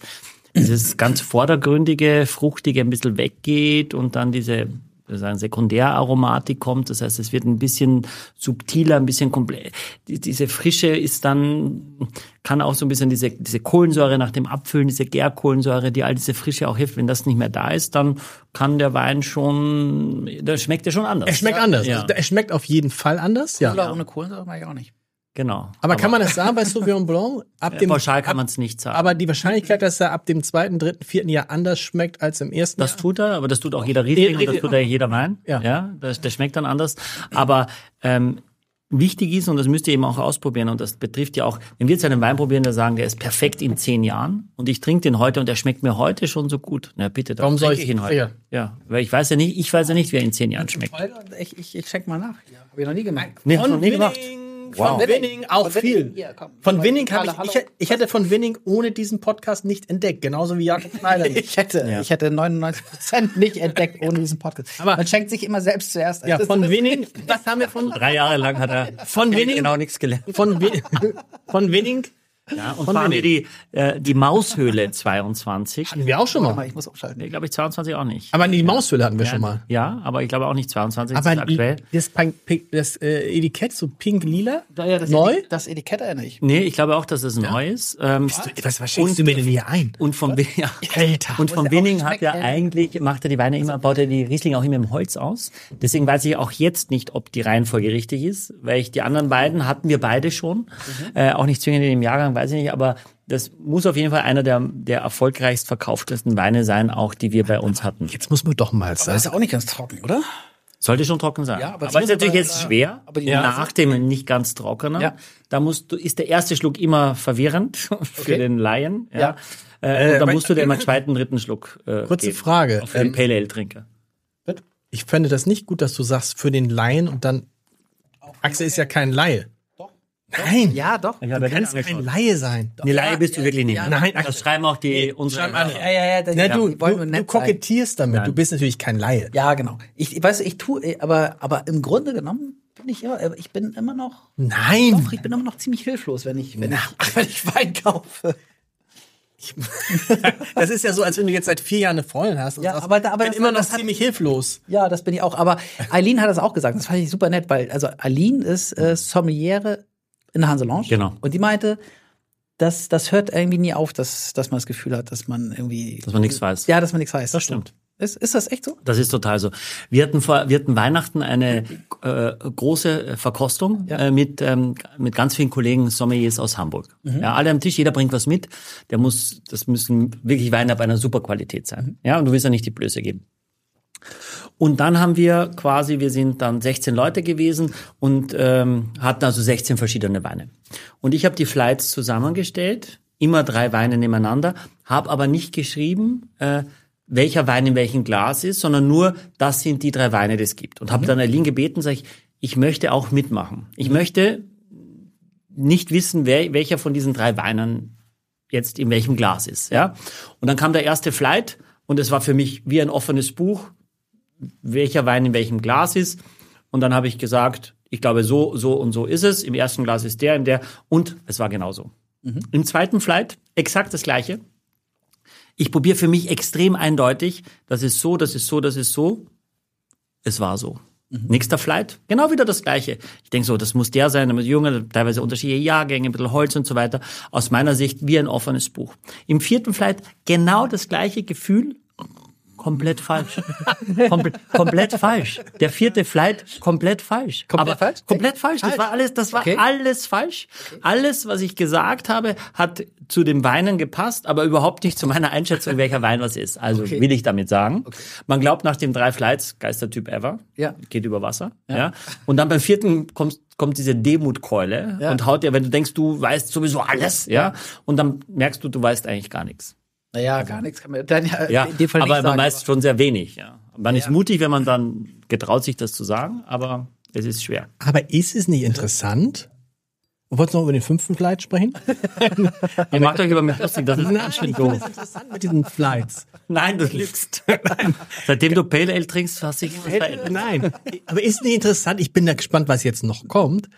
Speaker 4: dieses ganz vordergründige, fruchtige ein bisschen weggeht und dann diese wir sagen Sekundäraromatik kommt, das heißt, es wird ein bisschen subtiler, ein bisschen komplett. Die, diese Frische ist dann, kann auch so ein bisschen diese, diese Kohlensäure nach dem Abfüllen, diese Gärkohlensäure, die all diese Frische auch hilft. Wenn das nicht mehr da ist, dann kann der Wein schon, da schmeckt er schon anders.
Speaker 3: Er schmeckt anders.
Speaker 4: Ja.
Speaker 3: Also, er schmeckt auf jeden Fall anders, ja.
Speaker 2: Cola ohne Kohlensäure mag ich auch nicht.
Speaker 4: Genau.
Speaker 3: Aber kann man das sagen bei Sauvignon Blanc? Ab dem,
Speaker 4: pauschal kann man es nicht sagen.
Speaker 3: aber die Wahrscheinlichkeit, dass er ab dem zweiten, dritten, vierten Jahr anders schmeckt als im ersten
Speaker 4: Das tut er, aber das tut auch jeder Riesling und das tut ja jeder Wein.
Speaker 3: Äh, Ja.
Speaker 4: das, der schmeckt dann anders. Aber ähm, wichtig ist, und das müsst ihr eben auch ausprobieren, und das betrifft ja auch, wenn wir jetzt einen Wein probieren, der sagen, der ist perfekt in zehn Jahren und ich trinke den heute und der schmeckt mir heute schon so gut. Na bitte, dann
Speaker 3: Warum soll
Speaker 4: trinke
Speaker 3: ich-
Speaker 4: ihn heute?
Speaker 3: ja.
Speaker 4: Ja. weil ich weiß ja nicht, ich weiß ja nicht, wie er in zehn Jahren schmeckt.
Speaker 2: Ich, ich, ich schenk mal nach. Ja, Habe ich noch nie gemacht.
Speaker 4: Nee, hast du noch nie
Speaker 3: Winning.
Speaker 4: gemacht.
Speaker 3: Winning, von Winning auch viel.
Speaker 2: Hier, komm.
Speaker 3: Von Winning habe
Speaker 2: Hallo,
Speaker 3: ich, ich,
Speaker 2: hallo.
Speaker 3: ich hätte von Winning ohne diesen Podcast nicht entdeckt, genauso wie Jakob Schneider nicht.
Speaker 2: Ich hätte, ich hätte 99% nicht entdeckt ohne diesen Podcast.
Speaker 3: Aber-
Speaker 2: Aber Man schenkt sich immer selbst zuerst. ein.
Speaker 3: Ja, von Winning, was haben wir von,
Speaker 4: Drei Jahre lang hat er
Speaker 3: von Winning,
Speaker 4: genau nichts gelernt.
Speaker 3: von, Win- von Winning
Speaker 4: Ja, und vor allem die, äh, die Maushöhle 22.
Speaker 3: hatten wir auch schon mal.
Speaker 2: ich muss umschalten.
Speaker 4: Nee, glaube ich 22 auch nicht.
Speaker 3: Aber die Maushöhle hatten wir schon mal.
Speaker 4: Ja, aber ich glaube auch nicht 22. das
Speaker 3: Aber
Speaker 4: ist aktuell.
Speaker 3: die- das, Pink- Pink- das äh, Etikett, so pink-lila,
Speaker 2: das
Speaker 3: neu?
Speaker 2: Etikett, das Etikett erinnere ich.
Speaker 4: Nee, ich glaube auch, dass es neu ist. Ähm,
Speaker 3: Was, was schenkst du mir denn hier ein?
Speaker 4: und von, Win- ja. und von Winning hat ja eigentlich, macht er die Weine immer, baut er die Riesling auch immer im Holz aus. Deswegen weiß ich auch jetzt nicht, ob die Reihenfolge richtig ist, weil ich die anderen beiden hatten wir beide schon. Äh, auch nicht zwingend in dem Jahrgang, weiß ich nicht, aber das muss auf jeden Fall einer der, der erfolgreichst verkauftesten Weine sein, auch die wir bei uns hatten.
Speaker 3: Jetzt muss man doch mal sagen.
Speaker 2: Das ist auch nicht ganz trocken, oder?
Speaker 4: Sollte schon trocken sein.
Speaker 2: Ja, aber
Speaker 4: aber
Speaker 2: es
Speaker 4: ist
Speaker 2: muss
Speaker 4: natürlich
Speaker 2: aber-
Speaker 4: jetzt schwer,
Speaker 2: aber die
Speaker 4: nach dem nicht ganz trockenen.
Speaker 2: Ja.
Speaker 4: Da musst du, ist der erste Schluck immer verwirrend für den Laien. Ja.
Speaker 2: Ja.
Speaker 4: Äh, und
Speaker 3: aber-
Speaker 4: dann musst du dir immer zweiten, dritten Schluck äh,
Speaker 3: Kurze
Speaker 4: geben.
Speaker 3: Frage. ähm,
Speaker 4: Auch Für den Pale Ale Trinker.
Speaker 3: Ich fände das nicht gut, dass du sagst, für den Laien und dann. Axel ist ja kein Laie. Nein,
Speaker 2: Ja, doch.
Speaker 4: Ja,
Speaker 3: du kannst kein Laie sein.
Speaker 4: Eine Laie bist du wirklich nicht. mehr.
Speaker 3: Nein,
Speaker 4: das schreiben auch die unsere.
Speaker 2: Ja, ja, ja. Das,
Speaker 3: Na, du,
Speaker 2: die wollen
Speaker 3: du,
Speaker 2: nur
Speaker 3: du
Speaker 2: nett sein.
Speaker 3: kokettierst damit. Du bist natürlich kein Laie.
Speaker 2: Ja, genau. Ich, ich weiß, ich tue, eh, aber, aber im Grunde genommen bin ich immer, äh, ich bin immer noch,
Speaker 3: Nein.
Speaker 2: doch, ich bin immer noch ziemlich hilflos, wenn ich, wenn ich, wenn ich Wein kaufe.
Speaker 3: Das ist ja so, als wenn du jetzt seit vier Jahren eine Freundin hast. Und
Speaker 2: Ja,
Speaker 3: sagst,
Speaker 2: aber da- aber
Speaker 3: ich bin
Speaker 2: das-
Speaker 3: immer noch
Speaker 2: das hat-
Speaker 3: ziemlich hilflos.
Speaker 2: Ja, das bin ich auch. Aber Eileen hat das auch gesagt. Das fand ich super nett, weil also Eileen ist äh, Sommeliere in der Hanselange.
Speaker 4: Genau.
Speaker 2: Und die meinte, das, das hört irgendwie nie auf, dass, dass man das Gefühl hat, dass man irgendwie.
Speaker 4: Dass man nichts weiß.
Speaker 2: Ja, dass man nichts weiß. Das
Speaker 4: stimmt.
Speaker 2: Ist, ist das echt so?
Speaker 4: Das ist total so. Wir hatten vor, wir hatten Weihnachten eine äh, große Verkostung äh, mit ähm, mit ganz vielen Kollegen Sommeliers aus Hamburg. Ja, alle am Tisch, jeder bringt was mit. Der muss, das müssen wirklich Weine ab einer super Qualität sein. Ja, und du willst ja nicht die Blöße geben. Und dann haben wir quasi, wir sind dann 16 Leute gewesen und ähm, hatten also 16 verschiedene Weine. Und ich habe die Flights zusammengestellt, immer drei Weine nebeneinander, habe aber nicht geschrieben, äh, welcher Wein in welchem Glas ist, sondern nur, das sind die drei Weine, die es gibt. Und habe dann Aline gebeten, sage ich, ich möchte auch mitmachen. Ich möchte nicht wissen, wer, welcher von diesen drei Weinen jetzt in welchem Glas ist. Ja? Und dann kam der erste Flight und es war für mich wie ein offenes Buch, welcher Wein in welchem Glas ist. Und dann habe ich gesagt, ich glaube, so, so und so ist es. Im ersten Glas ist der, im der. Und es war genauso. Im zweiten Flight exakt das gleiche. Ich probiere für mich extrem eindeutig, das ist so, das ist so, das ist so. Es war so.
Speaker 2: Mhm.
Speaker 4: Nächster Flight, genau wieder das Gleiche. Ich denke so, das muss der sein, damit Junge, teilweise unterschiedliche Jahrgänge, ein bisschen Holz und so weiter. Aus meiner Sicht wie ein offenes Buch. Im vierten Flight genau das gleiche Gefühl, komplett falsch. Komple komplett falsch. Der vierte Flight, komplett falsch.
Speaker 2: Komplett falsch?
Speaker 4: Komplett falsch. Das war alles, das war
Speaker 2: Okay.
Speaker 4: alles falsch. Alles, was ich gesagt habe, hat zu dem Weinen gepasst, aber überhaupt nicht zu meiner Einschätzung, welcher Wein was ist. Also will ich damit sagen. Man glaubt nach dem drei Flights, Geistertyp ever,
Speaker 2: Ja.
Speaker 4: geht über Wasser. Ja. Und dann beim vierten kommt, kommt diese Demutkeule und haut dir, wenn du denkst, du weißt sowieso alles, ja, und dann merkst du, du weißt eigentlich gar nichts.
Speaker 2: Naja, gar nichts kann man dann, ja,
Speaker 4: Also Ja,
Speaker 2: in dem Fall
Speaker 4: aber
Speaker 2: nicht
Speaker 4: man
Speaker 2: sagen.
Speaker 4: weiß schon sehr wenig. Ja. Man ist mutig, wenn man dann getraut, sich das zu sagen, aber es ist schwer.
Speaker 3: Aber ist es nicht interessant? Wolltest du noch über den fünften Flight sprechen?
Speaker 4: Ihr macht euch über mich lustig, das ist ganz schön doof.
Speaker 3: interessant mit diesen Flights.
Speaker 4: Nein, du lügst. Seitdem du Pale Ale trinkst, hast dich was verändert.
Speaker 3: Nein, aber ist nicht interessant. Ich bin da gespannt, was jetzt noch kommt.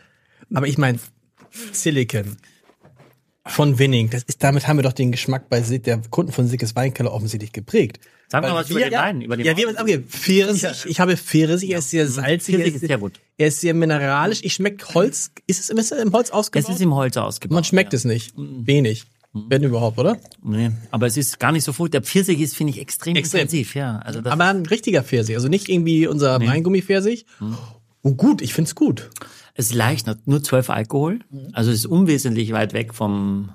Speaker 3: Aber ich meine, Silicon von Winning, das ist, damit haben wir doch den Geschmack bei Sid, der Kunden von Sickes Weinkeller offensichtlich geprägt.
Speaker 4: Sag mal
Speaker 3: Weil
Speaker 4: was über den Wein, über den
Speaker 3: ja, wir haben es abgegeben. Pfirsich, ich habe Pfirsich, er ist sehr salzig, er
Speaker 4: Pfirsich
Speaker 3: ist,
Speaker 4: ist sehr gut.
Speaker 3: er ist sehr mineralisch. Ich schmecke Holz, ist es, ist es im Holz
Speaker 4: Es
Speaker 3: ausgebaut?
Speaker 4: ist Mhm. im Holz ausgebaut.
Speaker 3: Man schmeckt es nicht. Wenig. Wenn überhaupt, oder?
Speaker 4: Nee, aber es ist gar nicht so fruchtig. Der Pfirsich ist, finde ich, extrem,
Speaker 3: Extrem.
Speaker 4: intensiv. Ja, also das,
Speaker 3: Aber ein richtiger Pfirsich, also nicht irgendwie unser Weingummi-Pfirsich.
Speaker 4: Mhm.
Speaker 3: Und gut, ich find's gut.
Speaker 4: es ist leicht, nur- nur 12 Alkohol.
Speaker 3: Mhm.
Speaker 4: Also es ist unwesentlich weit weg vom...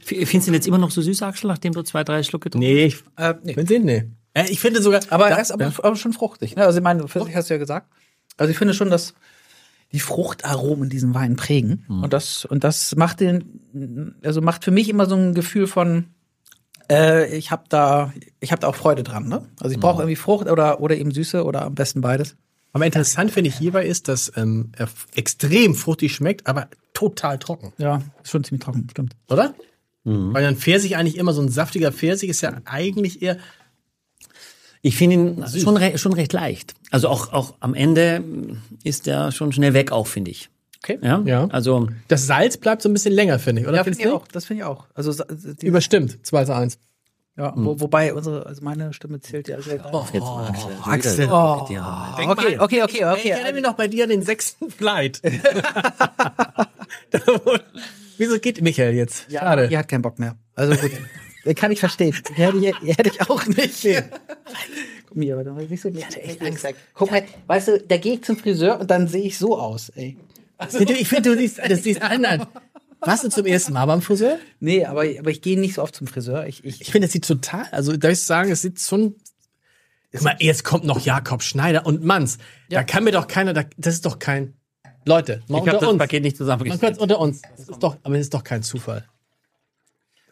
Speaker 4: F- Findest du ihn jetzt immer noch so süß, Axel, nachdem du zwei, drei Schlucke getrunken
Speaker 3: Nee, ich,
Speaker 2: Äh, nee.
Speaker 3: Wenn sie, nee. Äh, ich finde sogar,
Speaker 2: Aber
Speaker 3: da-
Speaker 2: er ist aber, aber schon fruchtig. Ne? Also ich meine, Pfirsich hast du ja gesagt. Also ich finde schon, dass die Fruchtaromen diesen Wein prägen. Und das und das macht den, also macht für mich immer so ein Gefühl von, äh, ich habe da, ich habe da auch Freude dran. Ne? Also ich brauche irgendwie Frucht oder oder eben Süße oder am besten beides.
Speaker 3: Aber interessant finde ich hierbei ist, dass ähm, er f- extrem fruchtig schmeckt, aber total trocken,
Speaker 2: Ja, ist schon ziemlich trocken, stimmt.
Speaker 3: oder?
Speaker 4: Mhm.
Speaker 3: Weil dann Pfirsich eigentlich immer so ein saftiger Pfirsich ist ja eigentlich eher
Speaker 4: Ich finde ihn schon, re schon recht leicht. Also auch, auch am Ende ist er schon schnell weg, auch finde ich.
Speaker 2: Okay.
Speaker 4: Ja?
Speaker 3: Ja.
Speaker 4: Also
Speaker 3: das Salz bleibt so ein bisschen länger, finde ich, oder?
Speaker 2: Ja,
Speaker 3: Findest
Speaker 2: finde ich
Speaker 3: du
Speaker 2: auch. Das finde ich auch. Also, sa- die,
Speaker 3: Überstimmt, 2 zu 1.
Speaker 2: ja, wo, wobei unsere, also meine Stimme zählt ja sehr oh,
Speaker 4: jetzt oh, Axel.
Speaker 2: Axel.
Speaker 3: Oh.
Speaker 4: Wieder- Ja.
Speaker 2: okay, okay, okay,
Speaker 3: Ich erinnere
Speaker 2: okay.
Speaker 3: mich noch bei dir den sechsten Flight. Da wurde- Wieso geht Michael jetzt? Schade.
Speaker 2: Ihr hat keinen Bock mehr. Also gut. Den kann ich verstehen. Den Hätte ich, den hätte ich auch nicht. Guck mir, aber dann siehst du, ich hatte echt Angst. Guck mal, weißt du, da gehe ich zum Friseur und dann sehe ich so aus, ey.
Speaker 3: Ich finde, du siehst, das siehst anders. Warst du zum ersten Mal beim Friseur?
Speaker 2: Nee, aber, aber ich gehe nicht so oft zum Friseur. Ich, ich,
Speaker 3: Ich finde, das sieht total, also darf ich sagen, es sieht schon. Guck mal, jetzt kommt noch Jakob Schneider und Manns. Da kann mir doch keiner, da, das ist doch kein. Leute, mal
Speaker 4: Ich habe
Speaker 3: unter
Speaker 4: das
Speaker 3: uns.
Speaker 4: Paket nicht
Speaker 3: Mal
Speaker 4: zusammengestellt.
Speaker 3: kurz unter uns. Das ist doch, aber es ist doch kein Zufall.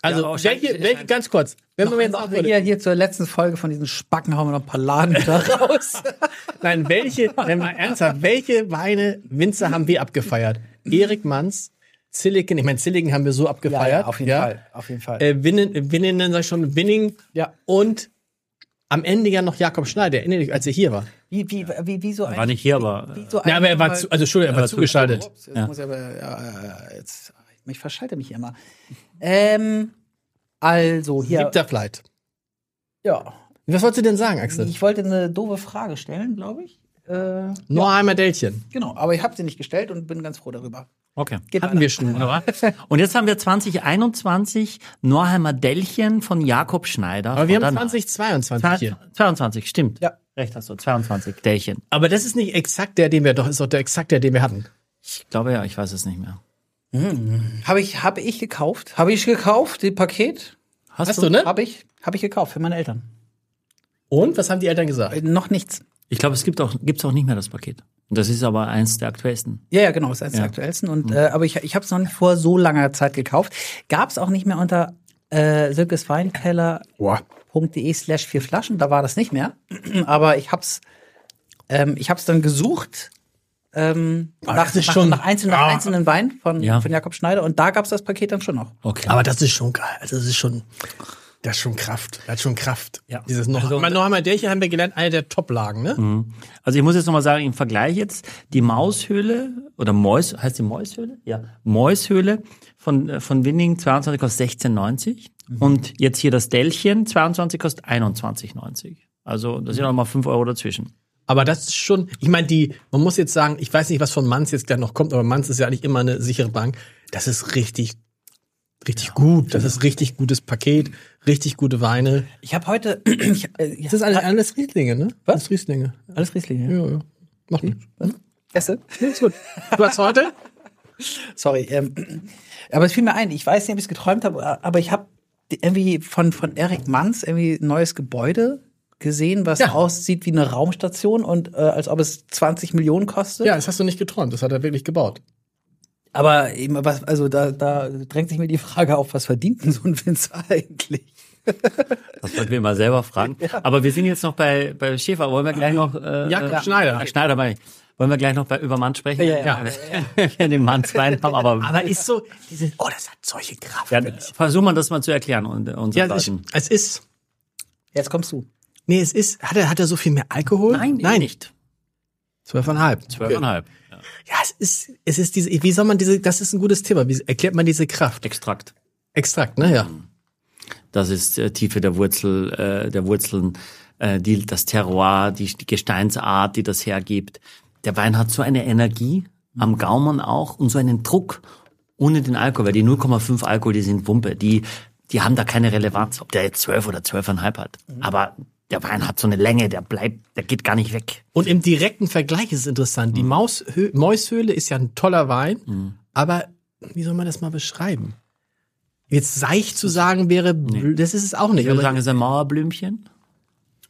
Speaker 3: Also,
Speaker 4: Ja, aber
Speaker 3: welche,
Speaker 4: wahrscheinlich-
Speaker 3: welche, ganz kurz, wenn man jetzt auch
Speaker 2: hier, hier zur letzten Folge von diesen Spacken haben wir noch ein paar Laden da raus.
Speaker 3: Nein, welche, wenn mal ernsthaft, welche Weine Winzer haben wir abgefeiert? Erik Manns, Zilliken, ich meine, Zilliken haben wir so abgefeiert.
Speaker 2: Auf jeden Fall.
Speaker 3: Äh, Winnen, Winnen, sag ich schon, Winning.
Speaker 2: Ja.
Speaker 3: Und am Ende ja noch Jakob Schneider, erinnert euch, als er hier war.
Speaker 2: Wie, wie, wie, wie so ein.
Speaker 4: War nicht hier, aber äh,
Speaker 2: wie so ein
Speaker 3: Ja, aber er war, zu, also Entschuldigung, er war
Speaker 4: zu-
Speaker 3: zugeschaltet.
Speaker 2: Ups, jetzt muss ich aber. Ja, ja, jetzt, ich verschalte mich hier immer. Ähm, also hier.
Speaker 3: Siebter Flight.
Speaker 2: Ja.
Speaker 3: Was wolltest du denn sagen, Axel?
Speaker 2: Ich wollte eine doofe Frage stellen, glaube ich. Äh,
Speaker 3: Nur einmal Dältchen.
Speaker 2: genau, aber ich habe sie nicht gestellt und bin ganz froh darüber.
Speaker 4: okay.
Speaker 2: Geht
Speaker 3: Hatten wir schon.
Speaker 4: Wunderbar. Und jetzt haben wir 2021 Norheimer Dellchen von Jakob Schneider.
Speaker 3: Aber wir haben
Speaker 4: Von der-
Speaker 3: 2022 hier.
Speaker 4: 22, stimmt.
Speaker 2: Ja.
Speaker 4: Recht hast du, 22 Dellchen.
Speaker 3: Aber das ist nicht exakt der, den wir doch, ist doch der exakt der, den wir hatten.
Speaker 4: Ich glaube ja, ich weiß es nicht mehr.
Speaker 2: Habe ich, hab ich gekauft? Habe ich gekauft, das Paket?
Speaker 3: Hast du, ne?
Speaker 2: Habe ich, hab ich gekauft für meine Eltern.
Speaker 3: Und was haben die Eltern gesagt?
Speaker 2: Äh, noch nichts.
Speaker 4: Ich glaube, es gibt auch, gibt's auch nicht mehr das Paket. Und das ist aber eins der aktuellsten.
Speaker 2: Ja, ja, genau, ist eines der aktuellsten.
Speaker 3: Mhm.
Speaker 2: Und, äh, aber ich, ich habe es noch nicht vor so langer Zeit gekauft. Gab es auch nicht mehr unter äh, silkesweinkeller.de E slash vier Flaschen. Da war das nicht mehr. Aber ich hab's, ähm, ich hab's dann gesucht. Ähm, nach,
Speaker 3: Ah, das ist
Speaker 2: nach,
Speaker 3: schon- Ah.
Speaker 2: nach einzelnen, nach einzelnen Wein von,
Speaker 4: Ja.
Speaker 2: von Jakob Schneider. Und da gab's das Paket dann schon noch.
Speaker 4: Okay.
Speaker 3: Aber das ist schon geil. Also das ist schon, das ist schon Kraft. Das hat schon Kraft.
Speaker 4: Ja.
Speaker 3: Dieses noch, also, noch einmal Dälchen haben wir gelernt, eine der Top-Lagen, ne?
Speaker 4: Also ich muss jetzt nochmal sagen, im Vergleich jetzt, die Maushöhle oder Mäus, heißt die Mäushöhle? Ja. Mäushöhle von, äh, von Winning 22 kostet 16,90 und jetzt hier das Dellchen 22 kostet 21,90. Also da sind nochmal 5 Euro dazwischen.
Speaker 3: Aber das ist schon, ich meine, die, man muss jetzt sagen, ich weiß nicht, was von Manns jetzt gleich noch kommt, aber Manns ist ja eigentlich immer eine sichere Bank. Das ist richtig, richtig gut. Das ist richtig gutes Paket, richtig gute Weine.
Speaker 2: Ich habe heute. ich, äh, ja.
Speaker 3: Das ist alles, alles Rieslinge, ne? Was? Alles Rieslinge.
Speaker 2: Alles Riesling, ja.
Speaker 3: Ja, ja. Macht nichts.
Speaker 2: Esse?
Speaker 3: Ist gut. Du hast heute?
Speaker 2: Sorry. Ähm, aber es fiel mir ein, ich weiß nicht, ob ich es geträumt habe, aber ich habe irgendwie von, von Eric Manns irgendwie ein neues Gebäude gesehen, was
Speaker 3: Ja.
Speaker 2: aussieht wie eine Raumstation und äh, als ob es 20 Millionen kostet.
Speaker 3: Ja, das hast du nicht geträumt. Das hat er wirklich gebaut.
Speaker 2: Aber eben, was, also da, da drängt sich mir die Frage auf, was verdient denn so ein Winzer eigentlich?
Speaker 4: Das wollten wir mal selber fragen. Aber wir sind jetzt noch bei, bei Schäfer. Wollen wir gleich noch... Äh,
Speaker 3: Jakob
Speaker 4: äh,
Speaker 3: Schneider.
Speaker 4: Herr Schneider, meine ich. Wollen wir gleich noch bei, über Mann sprechen?
Speaker 2: Ja, ja, ja.
Speaker 4: Wenn wir den Mannswein haben, aber...
Speaker 3: Aber ist so, dieses, oh, das hat solche Kraft.
Speaker 4: ja, versuchen wir das mal zu erklären. Und, äh, und
Speaker 3: Ja, es ist, es ist
Speaker 2: Jetzt kommst du.
Speaker 3: Nee, es ist. Hat er, hat er so viel mehr Alkohol?
Speaker 4: Nein, eben
Speaker 3: nein.
Speaker 4: nicht.
Speaker 3: Zwölfeinhalb.
Speaker 4: 12,5.
Speaker 3: Ja, es ist, es ist diese, wie soll man diese, das ist ein gutes Thema. Wie erklärt man diese Kraft?
Speaker 4: Extrakt.
Speaker 3: Extrakt, ne? Ja.
Speaker 4: Das ist äh, Tiefe der Wurzel, äh, der Wurzeln, äh, die, das Terroir, die, die Gesteinsart, die das hergibt. Der Wein hat so eine Energie, am Gaumen auch, und so einen Druck ohne den Alkohol, weil die 0,5 Alkohol, die sind Wumpe, die, die haben da keine Relevanz, ob der jetzt 12 oder 12,5 hat. Aber der Wein hat so eine Länge, der bleibt, der geht gar nicht weg.
Speaker 3: Und im direkten Vergleich ist es interessant. Die Maushö Mäushöhle ist ja ein toller Wein, aber wie soll man das mal beschreiben? Jetzt seicht zu sagen wäre, bl- das ist es auch nicht.
Speaker 4: Ich würde
Speaker 3: aber-
Speaker 4: sagen, es ist ein Mauerblümchen.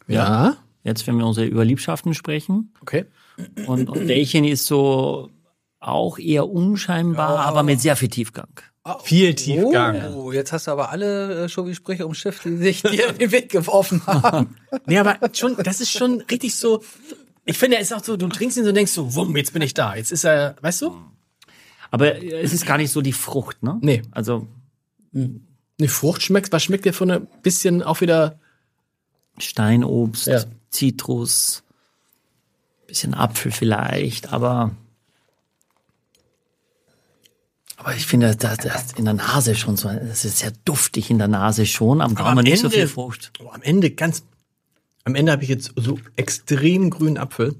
Speaker 3: ja.
Speaker 4: Jetzt, wenn wir unsere Überliebschaften sprechen,
Speaker 3: Okay.
Speaker 4: Und, und Dächen ist so auch eher unscheinbar, aber mit sehr viel Tiefgang.
Speaker 3: Viel Tiefgang.
Speaker 2: Oh, jetzt hast du aber alle äh, Schovi-Sprüche um Schiff, die sich dir in den Weg geworfen haben.
Speaker 3: Nee, aber schon, das ist schon richtig so, Ich finde, er ist auch so, du trinkst ihn so und denkst so, wumm, jetzt bin ich da. Jetzt ist er, weißt du?
Speaker 4: Aber äh, es ist gar nicht so die Frucht, ne?
Speaker 3: Nee.
Speaker 4: Also
Speaker 3: Eine Frucht schmeckt, was schmeckt dir von ein bisschen auch wieder
Speaker 4: Steinobst,
Speaker 3: Ja.
Speaker 4: Zitrus, bisschen Apfel vielleicht, aber aber ich finde, das, das in der Nase schon so, das ist sehr duftig in der Nase schon, am Gaumen nicht so viel Frucht.
Speaker 3: Oh, am Ende ganz. Am Ende habe ich jetzt so extrem grünen Apfel.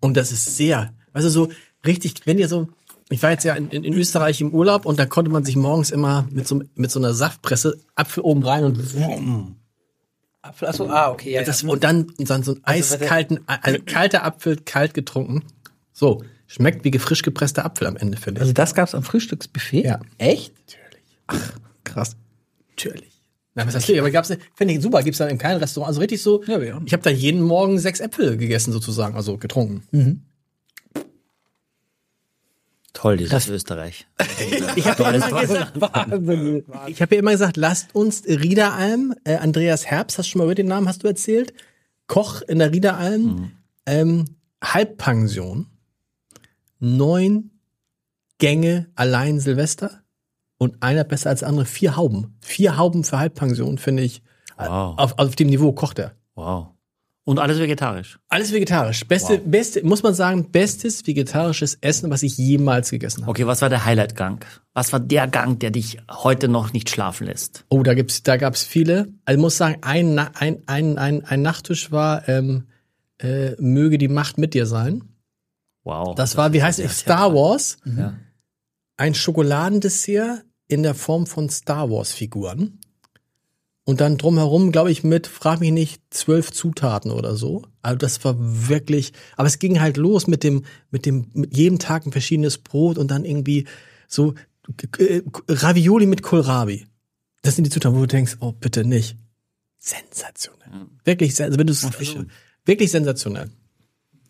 Speaker 3: Und das ist sehr, also so richtig, wenn ihr so, ich war jetzt ja in, in, in Österreich im Urlaub und da konnte man sich morgens immer mit so, mit so einer Saftpresse Apfel oben rein und wumm.
Speaker 2: Apfel, achso, ah, okay. Ja,
Speaker 3: Das, und dann, und dann so einen eiskalten, also kalter Apfel kalt getrunken. So, schmeckt wie frisch gepresster Apfel am Ende, finde ich.
Speaker 2: Also das gab's am Frühstücksbuffet?
Speaker 3: Ja.
Speaker 2: Echt?
Speaker 3: Krass. Natürlich. Na, was heißt natürlich, aber gab's, finde ich super, gibt's dann im kleinen Restaurant, also richtig so,
Speaker 2: Ja, wir haben-
Speaker 3: ich habe da jeden Morgen sechs Äpfel gegessen sozusagen, also getrunken.
Speaker 4: Toll, dieses Österreich.
Speaker 3: Ich habe ja, immer gesagt- Also, ich hab ja immer gesagt, lasst uns Riederalm, äh, Andreas Herbst, hast du schon mal über den Namen, hast du erzählt, Koch in der Riederalm,
Speaker 2: Mhm.
Speaker 3: ähm, Halbpension, neun Gänge allein Silvester und einer besser als der andere, vier Hauben. Vier Hauben für Halbpension, finde ich,
Speaker 4: Wow.
Speaker 3: auf, auf dem Niveau kocht er.
Speaker 4: Wow. Und alles vegetarisch.
Speaker 3: Alles vegetarisch. Beste, beste, muss man sagen, bestes vegetarisches Essen, was ich jemals gegessen habe.
Speaker 4: Okay, was war der Highlight-Gang? Was war der Gang, der dich heute noch nicht schlafen lässt?
Speaker 3: Oh, da gibt's, da gab's viele. Also muss sagen, ein, Na- ein, ein, ein, ein Nachtisch war, ähm, äh, möge die Macht mit dir sein.
Speaker 4: Wow.
Speaker 3: Das war, wie heißt es? Star Wars.
Speaker 4: Ja.
Speaker 3: Ein Schokoladendessert in der Form von Star Wars Figuren. Und dann drumherum, glaube ich, mit, frag mich nicht, zwölf Zutaten oder so. Also das war wirklich, aber es ging halt los mit dem, mit dem, mit jedem Tag ein verschiedenes Brot und dann irgendwie so äh, Ravioli mit Kohlrabi. Das sind die Zutaten, wo du denkst, oh, bitte nicht. Sensationell. Wirklich, sen- also wenn du's- also, wirklich sensationell.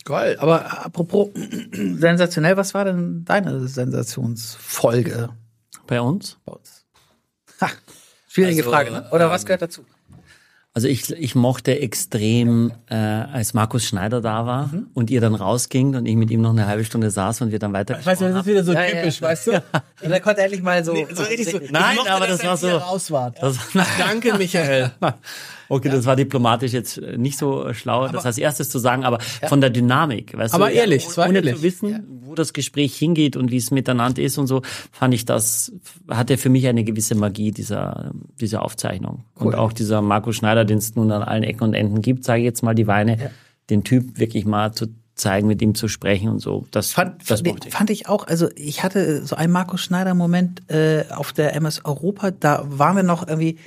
Speaker 2: Geil. Aber apropos sensationell, was war denn deine Sensationsfolge
Speaker 4: Bei uns?
Speaker 2: bei uns? Ha, schwierige
Speaker 4: Also,
Speaker 2: Frage, ne? Oder was gehört dazu?
Speaker 4: Also ich, ich mochte extrem, äh, als Markus Schneider da war
Speaker 3: Mhm.
Speaker 4: und ihr dann rausging und ich mit ihm noch eine halbe Stunde saß und wir dann weiter.
Speaker 3: du, das ist wieder so
Speaker 2: Ja, ja, typisch, ja.
Speaker 3: weißt du?
Speaker 2: Und er konnte endlich mal so.
Speaker 3: So richtig so.
Speaker 4: Also Nein,
Speaker 3: Ich mochte
Speaker 4: aber das war
Speaker 3: als
Speaker 4: so-
Speaker 3: ihr Raus wart.
Speaker 4: Das war,
Speaker 3: Danke, Michael.
Speaker 4: okay, das war diplomatisch jetzt äh, nicht so äh, schlau, das als erstes zu sagen, aber von der Dynamik, weißt
Speaker 3: Aber
Speaker 4: du,
Speaker 3: ehrlich, es war
Speaker 4: ohne
Speaker 3: ehrlich.
Speaker 4: zu wissen, wo das Gespräch hingeht und wie es miteinander ist und so, fand ich das hatte für mich eine gewisse Magie dieser dieser Aufzeichnung und auch dieser Markus Schneider, den es nun an allen Ecken und Enden gibt, sage ich jetzt mal die Weine, den Typ wirklich mal zu zeigen, mit ihm zu sprechen und so. Das
Speaker 2: Fand,
Speaker 4: das
Speaker 2: fand,
Speaker 4: mochte ich.
Speaker 2: fand ich auch. Also ich hatte so einen Markus Schneider Moment äh, auf der MS Europa. Da waren wir noch irgendwie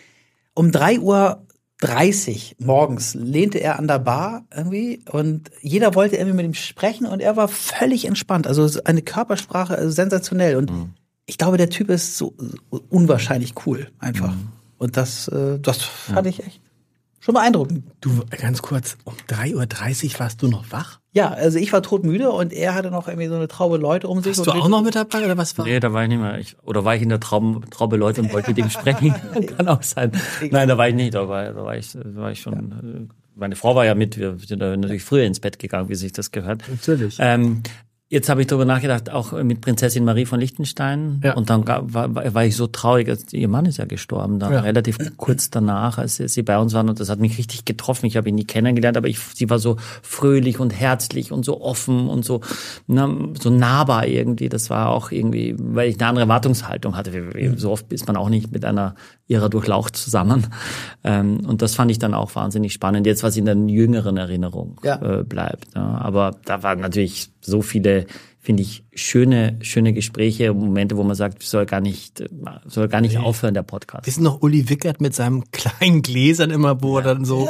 Speaker 2: um 3 Uhr 30 morgens lehnte er an der Bar irgendwie und jeder wollte irgendwie mit ihm sprechen und er war völlig entspannt. Also es- eine Körpersprache also sensationell und
Speaker 4: Mhm.
Speaker 2: ich glaube, der Typ ist so so unwahrscheinlich cool einfach.
Speaker 4: Mhm.
Speaker 2: Und das, äh, das fand ich echt schon beeindruckend.
Speaker 3: Du, ganz kurz, um 3.30 Uhr warst du noch wach?
Speaker 2: Ja, also ich war todmüde und er hatte noch irgendwie so eine Traube Leute um sich.
Speaker 3: Warst
Speaker 2: und
Speaker 3: du
Speaker 2: wir-
Speaker 3: auch noch mit dabei oder was war?
Speaker 4: Nee, da war ich nicht mehr. Ich, oder war ich in der Traum, Traube Leute und wollte mit ihm sprechen? Kann auch sein. Nein, da war ich nicht. Da war, da war, ich, da war ich schon. äh, Meine Frau war ja mit. Wir sind da natürlich früher ins Bett gegangen, wie sich das gehört.
Speaker 3: Natürlich.
Speaker 4: Ähm, jetzt habe ich darüber nachgedacht, auch mit Prinzessin Marie von Liechtenstein.
Speaker 3: Ja.
Speaker 4: Und dann gab- war, war war ich so traurig. als- Ihr Mann ist ja gestorben, dann
Speaker 3: Ja.
Speaker 4: relativ kurz danach, als sie- sie bei uns waren. Und das hat mich richtig getroffen. Ich habe ihn nie kennengelernt, aber ich, sie war so fröhlich und herzlich und so offen und so, na, so nahbar irgendwie. Das war auch irgendwie, weil ich eine andere Erwartungshaltung hatte. Wie- wie- So oft ist man auch nicht mit einer ihrer durchlaucht zusammen. Ähm, und das fand ich dann auch wahnsinnig spannend. Jetzt, was in der jüngeren Erinnerung
Speaker 2: Ja.
Speaker 4: äh, bleibt. Ja. Aber da waren natürlich so viele, finde ich, schöne, schöne Gespräche, Momente, wo man sagt, soll gar nicht, äh, soll gar nicht aufhören, der Podcast.
Speaker 3: Wissen noch Uli Wickert mit seinem kleinen Gläsern immer, wo er dann so,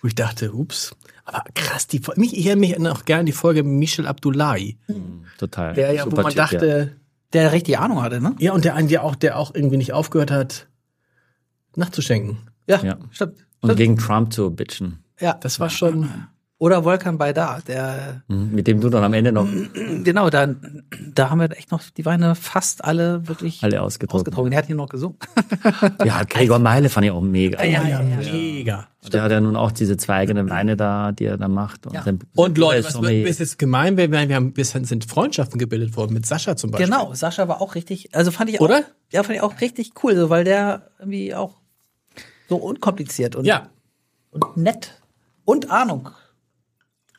Speaker 3: wo ich dachte, ups. Aber krass, die Folge, mich, ich erinnere mich an auch gerne an die Folge Michel Abdullahi.
Speaker 4: Mhm. Total.
Speaker 3: Der ja, wo
Speaker 4: super
Speaker 3: man
Speaker 4: Typ, ja.
Speaker 3: dachte,
Speaker 2: der richtig Ahnung hatte, ne?
Speaker 3: ja. und der einen, der auch, der auch irgendwie nicht aufgehört hat, nachzuschenken.
Speaker 2: Ja,
Speaker 4: Ja.
Speaker 2: stimmt.
Speaker 4: Und gegen Trump zu bitchen.
Speaker 2: Ja,
Speaker 3: Das war schon,
Speaker 2: Oder Volkan Baydar, der,
Speaker 4: hm, Mit dem du dann am Ende noch
Speaker 2: genau, da, da haben wir echt noch die Weine fast alle wirklich
Speaker 4: alle ausgetrunken.
Speaker 2: ausgetrunken. Der hat hier noch gesungen.
Speaker 4: Ja, Gregor Meile fand ich auch mega.
Speaker 3: Ah, Mega.
Speaker 4: Der hat ja nun auch diese zwei eigenen Weine da, die er da macht. Und, sein-
Speaker 3: Und Leute,
Speaker 4: sein
Speaker 3: was
Speaker 4: Sommelier.
Speaker 3: wird, ist jetzt gemein, wir, wir haben, wir sind Freundschaften gebildet worden mit Sascha zum Beispiel.
Speaker 2: Genau, Sascha war auch richtig, also fand ich
Speaker 3: Oder?
Speaker 2: auch, ja, fand ich auch richtig cool, so, weil der irgendwie auch so unkompliziert und
Speaker 3: Ja,
Speaker 2: nett und Ahnung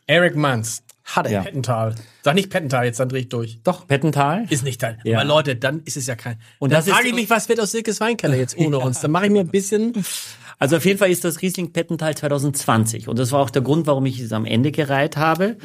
Speaker 3: Eric Manns,
Speaker 2: hatte.
Speaker 4: Ja.
Speaker 3: Pettental. Sag nicht Pettental, jetzt dann dreh ich durch.
Speaker 4: Doch, Pettental.
Speaker 3: Ist nicht dein.
Speaker 4: Ja.
Speaker 3: Aber Leute, dann ist es ja kein.
Speaker 4: Und
Speaker 3: dann
Speaker 4: das ist-
Speaker 3: frage ich mich, was wird aus Silkes Weinkeller jetzt ohne uns? Dann mache ich mir ein bisschen.
Speaker 4: Also auf jeden Fall ist das Riesling Pettental 2020 und das war auch der Grund, warum ich es am Ende gereiht habe.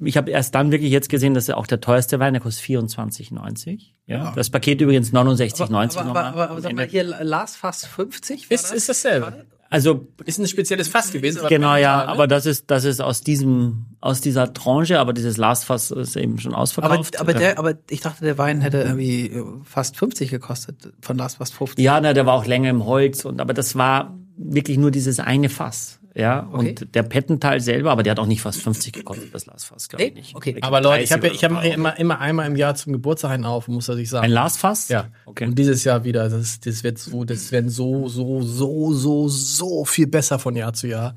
Speaker 4: Ich habe erst dann wirklich jetzt gesehen, dass auch der teuerste Wein, der kostet 24,90. Ja. Das Paket übrigens 69,90
Speaker 2: Aber, aber, aber,
Speaker 4: nochmal.
Speaker 2: aber, sag mal, hier Lars fast 50 war
Speaker 3: Ist, ist dasselbe.
Speaker 4: also
Speaker 3: Ist ein spezielles Fass gewesen. aber
Speaker 4: genau ja,
Speaker 3: Pettental, ne?
Speaker 4: aber das ist das ist aus diesem aus dieser Tranche, aber dieses Lastfass ist eben schon
Speaker 2: aber,
Speaker 4: ausverkauft.
Speaker 2: aber, der, aber ich dachte, der Wein hätte irgendwie äh, fast 50 gekostet, von Lars fast 50.
Speaker 4: Ja, na, der war auch länger im Holz und aber das war wirklich nur dieses eine Fass. Ja, und der Pettental selber, aber der hat auch nicht fast 50 gekostet, das Lastfass, glaube
Speaker 2: Nee?
Speaker 4: ich.
Speaker 2: Okay.
Speaker 4: glaub,
Speaker 3: Aber Leute, ich
Speaker 4: 30
Speaker 3: habe ja,
Speaker 4: oder
Speaker 3: ich hab
Speaker 4: so.
Speaker 3: immer, immer einmal im Jahr zum Geburtstag einen auf, muss ich sagen.
Speaker 4: ein Lastfass?
Speaker 3: Ja.
Speaker 4: Okay.
Speaker 3: Und dieses Jahr wieder. Das, das wird so, das werden so, so, so, so, so viel besser von Jahr zu Jahr.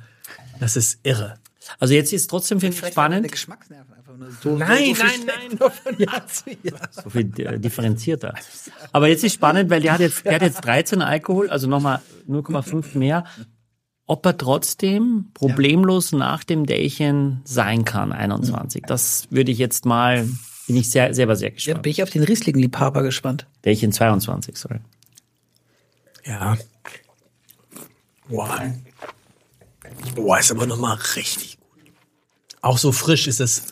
Speaker 3: Das ist irre.
Speaker 4: Also jetzt ist trotzdem finde ich
Speaker 2: Vielleicht waren
Speaker 4: spannend,
Speaker 2: deine Geschmacksnerven einfach nur so.
Speaker 3: Nein,
Speaker 2: so
Speaker 3: nein,
Speaker 2: nein. Nur von Jahr zu Jahr.
Speaker 4: so viel äh, differenzierter. Aber jetzt ist spannend, weil der hat jetzt, der hat jetzt 13 Alkohol, also nochmal 0,5 mehr. Ob er trotzdem problemlos nach dem Dächen sein kann, 21. Das würde ich jetzt mal, bin ich sehr, selber sehr
Speaker 2: Ja,
Speaker 4: gespannt.
Speaker 2: bin ich auf den Riesling-Liebhaber gespannt.
Speaker 4: Dächen 22, sorry.
Speaker 3: Ja. Wow. Wow, ist aber nochmal richtig gut. Auch so frisch ist es.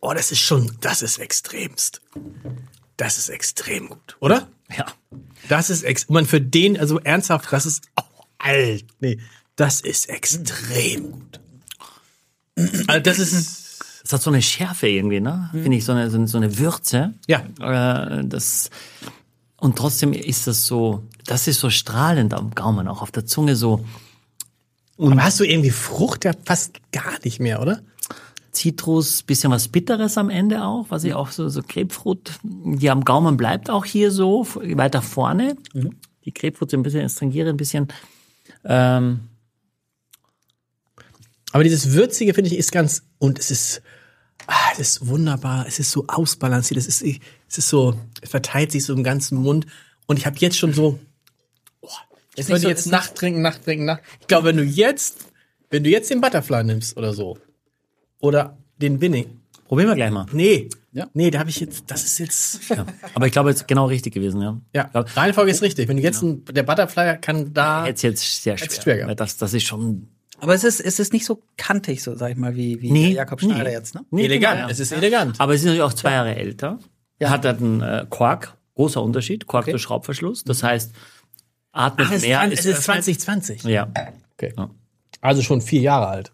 Speaker 3: Oh, das ist schon, das ist extremst. Das ist extrem gut, oder?
Speaker 4: Ja.
Speaker 3: Das ist ex, man für den, also ernsthaft, das ist oh, alt. Nee, das ist extrem gut. Also das ist
Speaker 4: Es hat so eine Schärfe irgendwie, ne? Finde ich, so eine, so eine- so eine Würze.
Speaker 3: ja,
Speaker 4: Äh, das, und trotzdem ist das so, das ist so strahlend am Gaumen, auch auf der Zunge so
Speaker 3: aber hast du irgendwie Frucht ja fast gar nicht mehr, oder?
Speaker 4: Zitrus, bisschen was Bitteres am Ende auch, was ich auch so, so Grapefruit, die am Gaumen bleibt auch hier so, f- weiter vorne. Die Grapefruit so ein bisschen estrangiere, ein bisschen. Ähm,
Speaker 3: Aber dieses Würzige, finde ich, ist ganz. Und es ist. Ah, es ist wunderbar. Es ist so ausbalanciert. Es ist, es ist so. Es verteilt sich so im ganzen Mund. Und ich habe jetzt schon so. Oh, jetzt könnte
Speaker 2: so-
Speaker 3: ich jetzt Nacht trinken, Nacht trinken, Nacht. Ich glaube, wenn du jetzt. Wenn du jetzt den Butterfly nimmst oder so. Oder den Winning.
Speaker 4: probieren wir gleich mal.
Speaker 3: Nee.
Speaker 2: Ja.
Speaker 3: Nee, da habe ich jetzt. Das ist jetzt.
Speaker 4: Ja. Aber ich glaube, es ist genau richtig gewesen, ja. Genau.
Speaker 3: Ja. Reihenfolge ist richtig. Wenn du jetzt. Ein, der Butterfly kann da.
Speaker 4: Jetzt jetzt sehr schwer.
Speaker 3: Hätt's schwer gehabt.
Speaker 4: weil das, das ist schon
Speaker 2: Aber es ist, es ist nicht so kantig, so sag ich mal, wie, wie
Speaker 4: Nee,
Speaker 2: der Jakob Schneider
Speaker 4: nee.
Speaker 2: jetzt, ne?
Speaker 4: Nee,
Speaker 3: elegant.
Speaker 4: genau, ja.
Speaker 3: Es ist elegant.
Speaker 4: Aber es ist natürlich auch zwei Jahre älter. Hat halt einen äh, Kork, großer Unterschied, Kork durch Schraubverschluss. Das heißt, atmet mehr.
Speaker 3: es ist 2020.
Speaker 4: Ja,
Speaker 3: Okay.
Speaker 4: Ja.
Speaker 3: Also schon vier Jahre alt.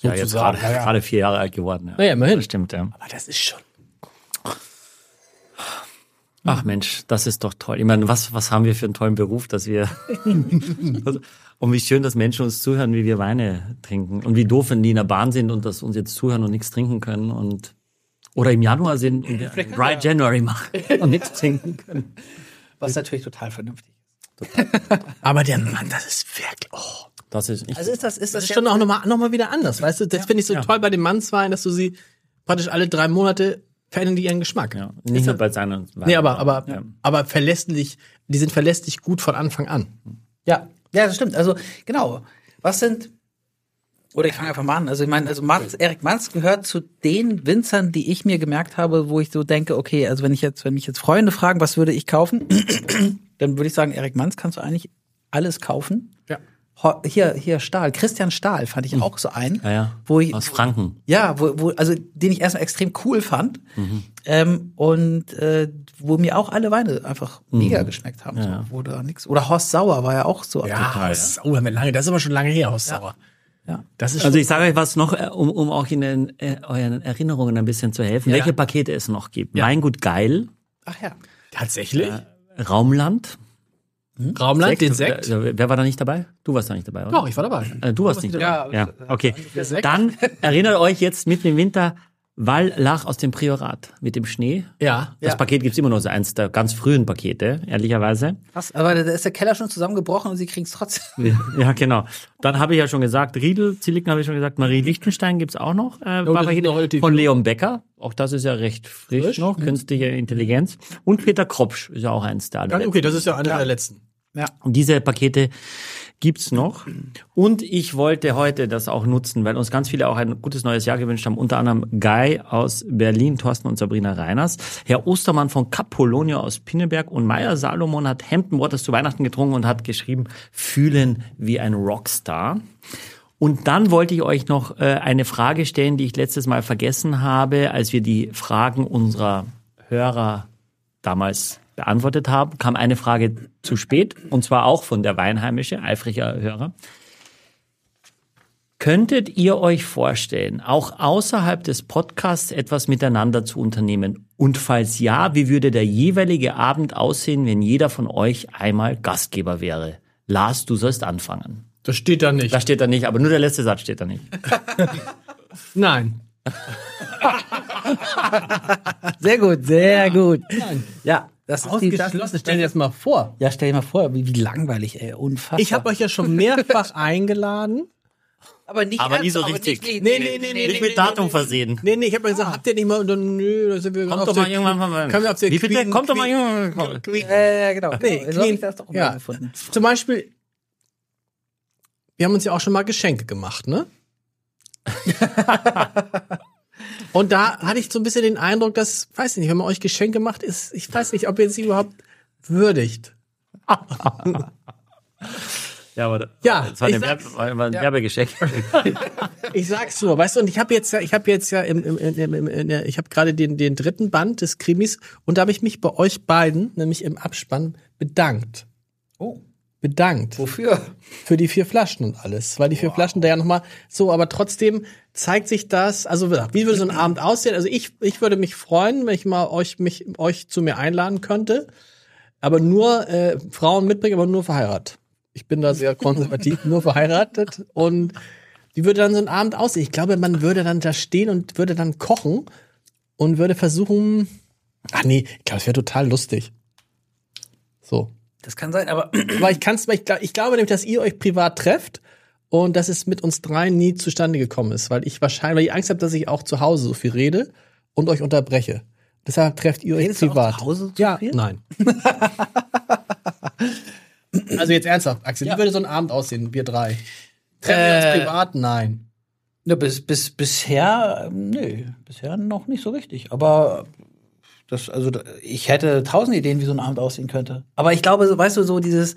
Speaker 4: ja jetzt
Speaker 3: Sozusagen,
Speaker 4: gerade,
Speaker 3: ja, ja.
Speaker 4: gerade vier Jahre alt geworden. Ja,
Speaker 3: Naja, immerhin.
Speaker 4: Das stimmt, ja.
Speaker 3: Aber das ist schon.
Speaker 4: Ach Mensch, das ist doch toll. Ich meine, was, was haben wir für einen tollen Beruf, dass wir. und wie schön, dass Menschen uns zuhören, wie wir Weine trinken. Und wie doof, wenn die in der Bahn sind und dass uns jetzt zuhören und nichts trinken können. und Oder im Januar sind und wir einen Dry January machen und nichts trinken können.
Speaker 2: Was natürlich total vernünftig ist.
Speaker 3: Aber der Mann, das ist wirklich. Oh.
Speaker 4: Das ist nicht.
Speaker 2: Also ist das, ist das,
Speaker 3: Das ist schon auch nochmal noch mal wieder anders, weißt du? Das finde ich so toll bei den Mannsweinen, dass du sie praktisch alle drei Monate verändern die ihren Geschmack.
Speaker 4: ja, nicht nur bei seinen Weinen.
Speaker 3: Nee, aber, aber, aber verlässlich, die sind verlässlich gut von Anfang an.
Speaker 2: Ja, ja, das stimmt. Also genau. Was sind oder ich fange einfach mal an. Also ich meine, also Marz, Erik Manz gehört zu den Winzern, die ich mir gemerkt habe, wo ich so denke, okay, also wenn ich jetzt, wenn mich jetzt Freunde fragen, was würde ich kaufen, dann würde ich sagen, Erik Manz kannst du eigentlich alles kaufen.
Speaker 3: Ja.
Speaker 2: Ho- Hier, hier Stahl, Christian Stahl fand ich auch so ein,
Speaker 4: Ja, ja.
Speaker 2: wo ich,
Speaker 4: Aus Franken.
Speaker 2: ja, wo, wo, also den ich erstmal extrem cool fand ähm, und äh, wo mir auch alle Weine einfach
Speaker 4: Mhm.
Speaker 2: mega geschmeckt haben, so, wo da nix. Oder Horst Sauer war ja auch so.
Speaker 3: ja. Sauer, haben wir lange, das ist aber schon lange her, Horst Sauer.
Speaker 2: Ja.
Speaker 3: Das ist
Speaker 4: Also ich sage euch was noch, äh, um, um auch in den, äh, euren Erinnerungen ein bisschen zu helfen, welche Pakete es noch gibt. Mein Gut Geil,
Speaker 2: Ach ja.
Speaker 3: schon, tatsächlich.
Speaker 4: Raumland,
Speaker 5: Raumland, den Sekt.
Speaker 4: Äh, Wer war da nicht dabei? Du warst da nicht dabei, oder?
Speaker 5: Doch, ich war dabei.
Speaker 4: Äh, du warst nicht
Speaker 5: Ja, also, äh,
Speaker 4: dabei. Ja, okay.
Speaker 5: Der Sekt.
Speaker 4: Dann erinnert euch jetzt mitten im Winter Wallach aus dem Priorat mit dem Schnee.
Speaker 5: Ja.
Speaker 4: Das Paket gibt's immer noch, so eins der ganz frühen Pakete, ehrlicherweise.
Speaker 2: Was? Aber da ist der Keller schon zusammengebrochen und sie kriegen es trotzdem.
Speaker 4: Ja, genau. Dann habe ich ja schon gesagt, Riedel, Zilliken habe ich schon gesagt, Marie Lichtenstein gibt's auch noch. Äh,
Speaker 5: Oh, das
Speaker 4: war
Speaker 5: ist
Speaker 4: hier
Speaker 5: noch relativ Mhm.
Speaker 4: von Leon Becker, auch das ist ja recht frisch, noch, künstliche Intelligenz. Und Peter Kropsch ist ja auch eins der allerletzten.
Speaker 5: Okay, das ist ja einer der letzten.
Speaker 4: Und diese Pakete gibt's noch. Und ich wollte heute das auch nutzen, weil uns ganz viele auch ein gutes neues Jahr gewünscht haben. Unter anderem Guy aus Berlin, Thorsten und Sabrina Reiners, Herr Ostermann von Capolonia aus Pinneberg und Meier Salomon hat Hampton Waters zu Weihnachten getrunken und hat geschrieben, fühlen wie ein Rockstar. Und dann wollte ich euch noch äh, eine Frage stellen, die ich letztes Mal vergessen habe, als wir die Fragen unserer Hörer damals beantwortet haben, kam eine Frage zu spät, und zwar auch von der Weinheimische, eifriger Hörer. Könntet ihr euch vorstellen, auch außerhalb des Podcasts etwas miteinander zu unternehmen? Und falls ja, wie würde der jeweilige Abend aussehen, wenn jeder von euch einmal Gastgeber wäre? Lars, du sollst anfangen.
Speaker 5: Das steht da nicht.
Speaker 4: Da steht da nicht, aber nur der letzte Satz steht da nicht.
Speaker 5: Nein.
Speaker 2: Sehr gut, sehr gut. Ja, das ist die, das,
Speaker 3: Ausgeschlossen, stell dir das mal vor.
Speaker 2: ja, stell dir mal vor, wie, wie langweilig, ey, unfassbar.
Speaker 3: Ich habe euch ja schon mehrfach eingeladen.
Speaker 2: aber nicht,
Speaker 4: Aber nie so
Speaker 2: ernsthaft,
Speaker 4: richtig.
Speaker 2: nicht-
Speaker 3: Nee, nee, nee, nee.
Speaker 4: Nicht mit Datum versehen.
Speaker 3: Nee, nee, ich habe
Speaker 2: Ah.
Speaker 3: gesagt, habt ihr nicht mal und dann nö, da sind wir
Speaker 4: Kommt
Speaker 3: auf
Speaker 4: doch mal
Speaker 3: der-
Speaker 4: irgendwann mal.
Speaker 3: Können wir auf der
Speaker 4: Wie bitte?
Speaker 3: Queen-
Speaker 4: Kommt doch mal
Speaker 3: Queen-
Speaker 4: irgendwann.
Speaker 2: Ja, ja, genau.
Speaker 3: Nee,
Speaker 2: genau. So hab
Speaker 3: Queen-
Speaker 2: ich das doch immer
Speaker 3: ja.
Speaker 2: gefunden.
Speaker 3: Zum Beispiel, wir haben uns ja auch schon mal Geschenke gemacht, ne? Und da hatte ich so ein bisschen den Eindruck, dass, weiß ich nicht, wenn man euch Geschenke macht, ist, ich weiß nicht, ob ihr sie überhaupt würdigt.
Speaker 4: Ja, aber
Speaker 3: Ja,
Speaker 4: das war
Speaker 3: ich
Speaker 4: ein
Speaker 3: sag's.
Speaker 4: Werbe- war ein Werbegeschenk.
Speaker 3: Ich sag's nur, weißt du, und ich habe jetzt ja, ich habe jetzt ja im, im, im, im, in der, ich habe gerade den, den dritten Band des Krimis und da habe ich mich bei euch beiden, nämlich im Abspann, bedankt.
Speaker 2: Oh.
Speaker 3: Bedankt.
Speaker 2: Wofür?
Speaker 3: für die vier Flaschen und alles, weil die vier Flaschen da ja nochmal so, aber trotzdem zeigt sich das, also wie würde so ein Abend aussehen? Also ich, ich würde mich freuen, wenn ich mal euch, mich, euch zu mir einladen könnte, aber nur äh, Frauen mitbringen, aber nur verheiratet. Ich bin da sehr konservativ, nur verheiratet und wie würde dann so ein Abend aussehen? Ich glaube, man würde dann da stehen und würde dann kochen und würde versuchen, ach nee, ich glaube, es wäre total lustig. So.
Speaker 2: Das kann sein, aber
Speaker 3: Aber ich kann's, ich, glaub- ich glaube nämlich, dass ihr euch privat trefft und dass es mit uns dreien nie zustande gekommen ist, weil ich wahrscheinlich, weil ich Angst habe, dass ich auch zu Hause so viel rede und euch unterbreche. Deshalb trefft ihr euch
Speaker 2: Redest du auch
Speaker 3: privat.
Speaker 2: zu Hause so
Speaker 3: ja,
Speaker 2: viel?
Speaker 3: nein. also jetzt ernsthaft, Axel, wie würde so ein Abend aussehen, wir drei? Treffen wir uns privat? Nein.
Speaker 2: Ja, bis, bis, bisher, ähm, nö, bisher noch nicht so richtig. Aber das, also da- ich hätte tausend Ideen, wie so ein Abend aussehen könnte. Aber ich glaube, so, weißt du, so dieses,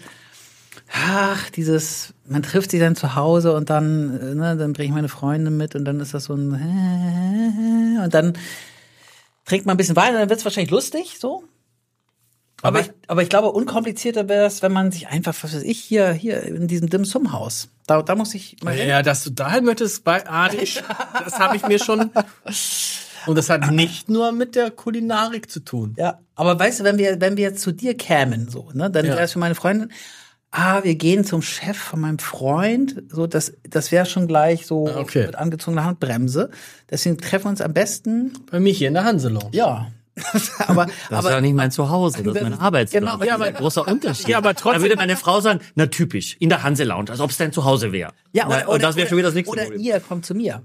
Speaker 2: ach, dieses, man trifft sie dann zu Hause und dann, äh, ne, dann bringe ich meine Freunde mit und dann ist das so ein und dann trinkt man ein bisschen Wein und dann wird es wahrscheinlich lustig, so. Aber ich, aber ich glaube, unkomplizierter wäre es, wenn man sich einfach, was weiß ich, hier, hier in diesem Dim Sum Haus. Da, da muss ich mal hin.
Speaker 3: Ja, dass du dahin möchtest bei Adisch, das habe ich mir schon. Und das hat nicht nur mit der Kulinarik zu tun.
Speaker 2: Ja, aber weißt du, wenn wir, wenn wir jetzt zu dir kämen, so, ne, dann wäre es für meine Freundin, ah, wir gehen zum Chef von meinem Freund, so, das, das wäre schon gleich so
Speaker 3: Okay.
Speaker 2: mit angezogener Handbremse. Deswegen treffen wir uns am besten,
Speaker 3: Bei mir hier in der Hanselung.
Speaker 2: ja. aber,
Speaker 4: Das ist ja
Speaker 2: aber,
Speaker 4: nicht mein Zuhause, das ist mein Arbeitsplatz.
Speaker 2: Genau,
Speaker 4: das
Speaker 2: ja,
Speaker 4: ist ein großer Unterschied.
Speaker 3: Ja, aber
Speaker 4: Da
Speaker 3: trotzdem-
Speaker 4: würde meine Frau sagen, na typisch, in der Hanse Lounge, als ob es dein Zuhause wäre. Na, und das wäre schon wieder das nächste
Speaker 2: Oder
Speaker 4: Problem.
Speaker 2: ihr kommt zu mir.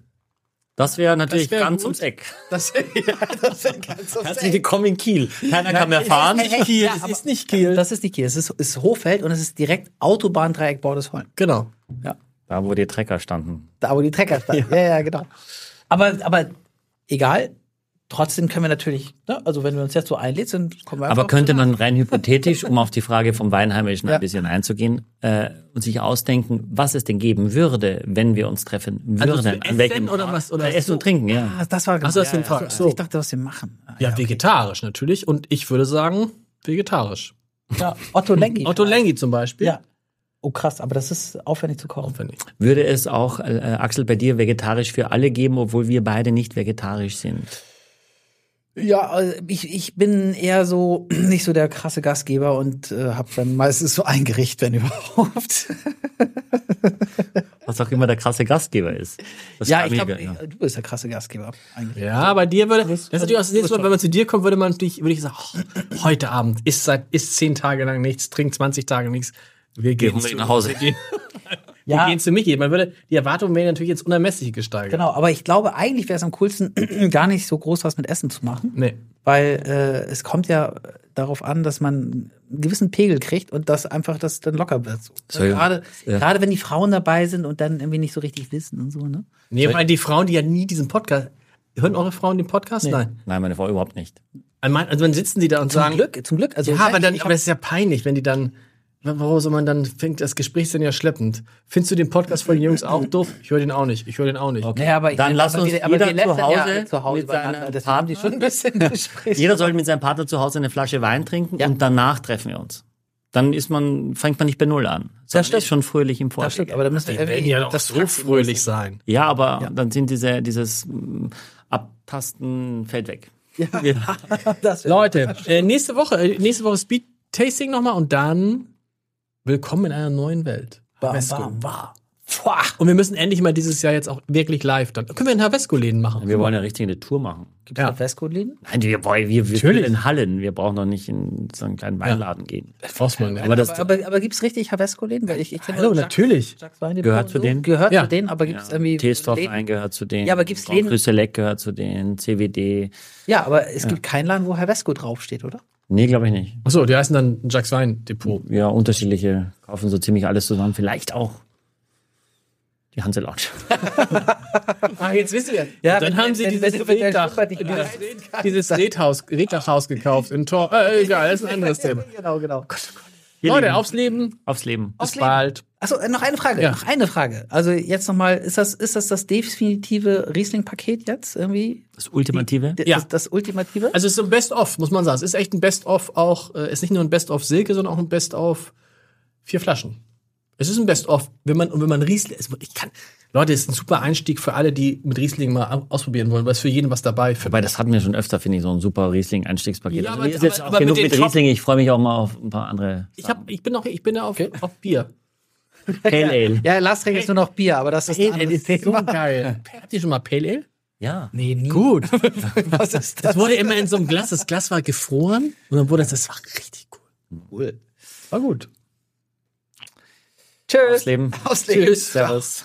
Speaker 4: Das wäre natürlich
Speaker 3: Das wär
Speaker 4: ganz
Speaker 3: gut.
Speaker 4: ums Eck.
Speaker 2: Das, ja, das wäre ganz so
Speaker 4: Herzlich willkommen in Kiel. Keiner kann mehr fahren.
Speaker 3: Kiel, das ist nicht Kiel.
Speaker 2: Das ist nicht Kiel, es ist, ist Hofeld und es ist direkt Autobahndreieck Bordesholm.
Speaker 3: Genau.
Speaker 2: Ja.
Speaker 4: Da, wo die Trecker standen.
Speaker 2: da wo die Trecker standen. Ja, ja, genau. Aber, aber egal, trotzdem können wir natürlich, ne? also wenn wir uns jetzt so einlädst, dann kommen wir
Speaker 4: Aber
Speaker 2: einfach-
Speaker 4: könnte man rein hypothetisch, um auf die Frage vom Weinheimischen
Speaker 2: Ja.
Speaker 4: ein bisschen einzugehen, äh, und sich ausdenken, was es denn geben würde, wenn wir uns treffen würden?
Speaker 3: zu
Speaker 4: An
Speaker 3: Also essen
Speaker 4: welchem
Speaker 3: oder
Speaker 4: Ort?
Speaker 3: was? Oder
Speaker 4: Äh,
Speaker 3: was?
Speaker 4: Essen und Trinken, ja.
Speaker 2: Ah, das war
Speaker 3: Ach so, das ist eine Frage.
Speaker 2: Ich dachte, was wir machen.
Speaker 3: Ja, vegetarisch natürlich. Und ich würde sagen, vegetarisch.
Speaker 2: Ja, Otto Lengi.
Speaker 3: Otto Lengi zum Beispiel.
Speaker 2: Ja. Oh krass, aber das ist aufwendig zu kochen.
Speaker 3: Finde ich.
Speaker 4: Würde es auch, äh, Axel, bei dir vegetarisch für alle geben, obwohl wir beide nicht vegetarisch sind?
Speaker 2: Ja, also ich, ich bin eher so nicht so der krasse Gastgeber und äh, habe dann meistens so ein Gericht, wenn überhaupt.
Speaker 4: Was auch immer der krasse Gastgeber ist. Das
Speaker 2: ja,
Speaker 4: kann
Speaker 2: ich glaube,
Speaker 4: mir- ja.
Speaker 2: du bist der krasse Gastgeber eigentlich.
Speaker 3: Ja, bei dir würde. Das ist natürlich auch das nächste Mal, wenn man zu dir kommt, würde man natürlich, würde ich sagen, oh, heute Abend ist seit ist zehn Tage lang nichts, trinkt 20 Tage nichts. Wir gehen
Speaker 4: hungrig
Speaker 3: zu-
Speaker 4: nach Hause.
Speaker 3: Wir gehen,
Speaker 2: Ja.
Speaker 3: wir gehen zu Michi. Man würde, die Erwartungen wären natürlich jetzt unermesslich gesteigert.
Speaker 2: Genau, aber ich glaube, eigentlich wäre es am coolsten, gar nicht so groß was mit Essen zu machen.
Speaker 3: Nee.
Speaker 2: Weil äh, es kommt ja darauf an, dass man einen gewissen Pegel kriegt und dass einfach das dann locker wird. So.
Speaker 4: Soll ich-
Speaker 2: Gerade,
Speaker 4: ja.
Speaker 2: gerade wenn die Frauen dabei sind und dann irgendwie nicht so richtig wissen und so, ne?
Speaker 3: Nee, weil die Frauen, die ja nie diesen Podcast. Hören eure Frauen den Podcast? Nein.
Speaker 4: Nein, meine Frau überhaupt nicht.
Speaker 3: Also man- also dann sitzen die da und
Speaker 2: Zum
Speaker 3: sagen.
Speaker 2: Glück, zum Glück. Also
Speaker 3: Ja, aber
Speaker 2: ich-
Speaker 3: dann,
Speaker 2: ich
Speaker 3: aber es ist ja peinlich, wenn die dann, warum soll man dann, fängt das Gespräch ist dann ja schleppend. Findest du den Podcast von den Jungs auch doof? Ich höre den auch nicht, ich höre den auch nicht.
Speaker 2: Naja, aber ich
Speaker 4: Dann lass
Speaker 2: aber
Speaker 4: uns
Speaker 2: wir- aber
Speaker 4: jeder
Speaker 2: wir lästern
Speaker 4: zu Hause
Speaker 2: ja zu Hause
Speaker 4: mit
Speaker 2: übereinander,
Speaker 4: seiner
Speaker 2: das haben die schon ein bisschen Gespräch.
Speaker 4: Jeder sollte mit seinem Partner zu Hause eine Flasche Wein trinken
Speaker 2: Ja.
Speaker 4: und danach treffen wir uns. Dann ist man, fängt man nicht bei Null an. Das ist schon fröhlich im
Speaker 2: Das
Speaker 4: Vorfeld.
Speaker 2: stimmt, aber da müssen wir
Speaker 3: Wenn
Speaker 2: irgendwie
Speaker 3: ja doch
Speaker 2: das
Speaker 3: so
Speaker 2: Taxi-
Speaker 3: fröhlich sein.
Speaker 4: Ja, aber dann sind diese, dieses mm, Abtasten fällt weg. Ja.
Speaker 2: das
Speaker 3: Leute, äh, nächste Woche, äh, nächste Woche Speed Tasting nochmal und dann willkommen in einer neuen Welt.
Speaker 2: Bam,
Speaker 3: Havesco.
Speaker 2: bam, bam.
Speaker 3: Pah. Und wir müssen endlich mal dieses Jahr jetzt auch wirklich live dann. Können wir in Havesco-Läden machen?
Speaker 4: Wir wollen ja richtig eine Tour machen.
Speaker 2: Gibt's
Speaker 3: Ja.
Speaker 2: da Festgoldläden?
Speaker 4: Nein, wir, wollen- wir, wir
Speaker 3: Natürlich.
Speaker 4: spielen in Hallen. Wir brauchen doch nicht in so einen kleinen Weinladen gehen.
Speaker 3: brauchst man ja.
Speaker 4: Aber das
Speaker 2: Aber, aber, aber gibt's richtig Havesco-Läden? Weil ich, ich kenn
Speaker 3: Hallo,
Speaker 2: nur Jacques-
Speaker 3: natürlich.
Speaker 2: Jacques Wein, die
Speaker 4: Gehört
Speaker 2: Pro-
Speaker 4: zu
Speaker 2: so.
Speaker 4: denen?
Speaker 2: Gehört
Speaker 3: Ja.
Speaker 2: zu denen, aber gibt's irgendwie.
Speaker 4: Teestorf
Speaker 2: Läden?
Speaker 4: gehört zu denen.
Speaker 2: Ja, aber gibt's Läden-
Speaker 4: Brüsseleck gehört zu denen. CWD.
Speaker 2: Ja, aber es gibt keinen Laden, wo Havesco draufsteht, oder?
Speaker 4: Nee, glaube ich nicht.
Speaker 3: Achso, die heißen dann Jacques Wein Depot.
Speaker 4: Ja, unterschiedliche kaufen so ziemlich alles zusammen. Vielleicht auch die Hansel Lounge.
Speaker 3: Ah, jetzt wissen wir.
Speaker 2: Ja,
Speaker 3: dann
Speaker 2: wenn-
Speaker 3: haben sie
Speaker 2: wenn-
Speaker 3: dieses
Speaker 2: wenn du mit der
Speaker 3: Reddach,
Speaker 2: Schubert nicht
Speaker 3: dieses, dieses Reddachhaus, Reddachhaus gekauft in Tor. Äh, egal, das ist ein anderes Thema.
Speaker 2: Genau, genau.
Speaker 3: Leute, aufs Leben.
Speaker 4: Aufs Leben.
Speaker 3: Bis bald.
Speaker 2: Achso, äh, noch eine Frage.
Speaker 3: Ja.
Speaker 2: Noch eine Frage. Also jetzt nochmal, ist das, ist das das definitive Riesling-Paket jetzt irgendwie?
Speaker 4: Das Ultimative.
Speaker 2: D-
Speaker 3: Ja.
Speaker 2: Das, das Ultimative?
Speaker 3: Also es ist so ein Best-of, muss man sagen. Es ist echt ein Best-of auch, äh, ist nicht nur ein Best-of Silke, sondern auch ein Best-of vier Flaschen. Es ist ein Best-of, wenn man, und wenn man Riesling, es- ich kann, Leute, es ist ein super Einstieg für alle, die mit Riesling mal au- ausprobieren wollen, weil es für jeden was dabei für
Speaker 4: Wobei, das hatten wir schon öfter, finde ich, so ein super Riesling-Einstiegspaket.
Speaker 3: Ja,
Speaker 4: also,
Speaker 3: aber-
Speaker 4: mir ist jetzt
Speaker 3: aber-
Speaker 4: auch
Speaker 3: aber mit
Speaker 4: genug
Speaker 3: den
Speaker 4: mit,
Speaker 3: Top-
Speaker 4: Riesling. Ich freue mich auch mal auf ein paar andere.
Speaker 3: Ich hab, ich bin noch, ich bin da auf, auf Bier.
Speaker 4: Pale Ale.
Speaker 2: Ja, Lastring ist nur noch Bier, aber das ist ein anderes Thema.
Speaker 3: geil. Habt ihr schon mal Pale Ale?
Speaker 4: Ja.
Speaker 2: Nee, nie.
Speaker 3: Gut.
Speaker 2: Was ist
Speaker 3: Das wurde immer in so einem Glas, das Glas war gefroren und dann wurde das, das war richtig cool.
Speaker 2: cool.
Speaker 3: War gut.
Speaker 4: Aufs
Speaker 2: Tschüss.
Speaker 4: Leben.
Speaker 2: Auslegen.
Speaker 4: Servus.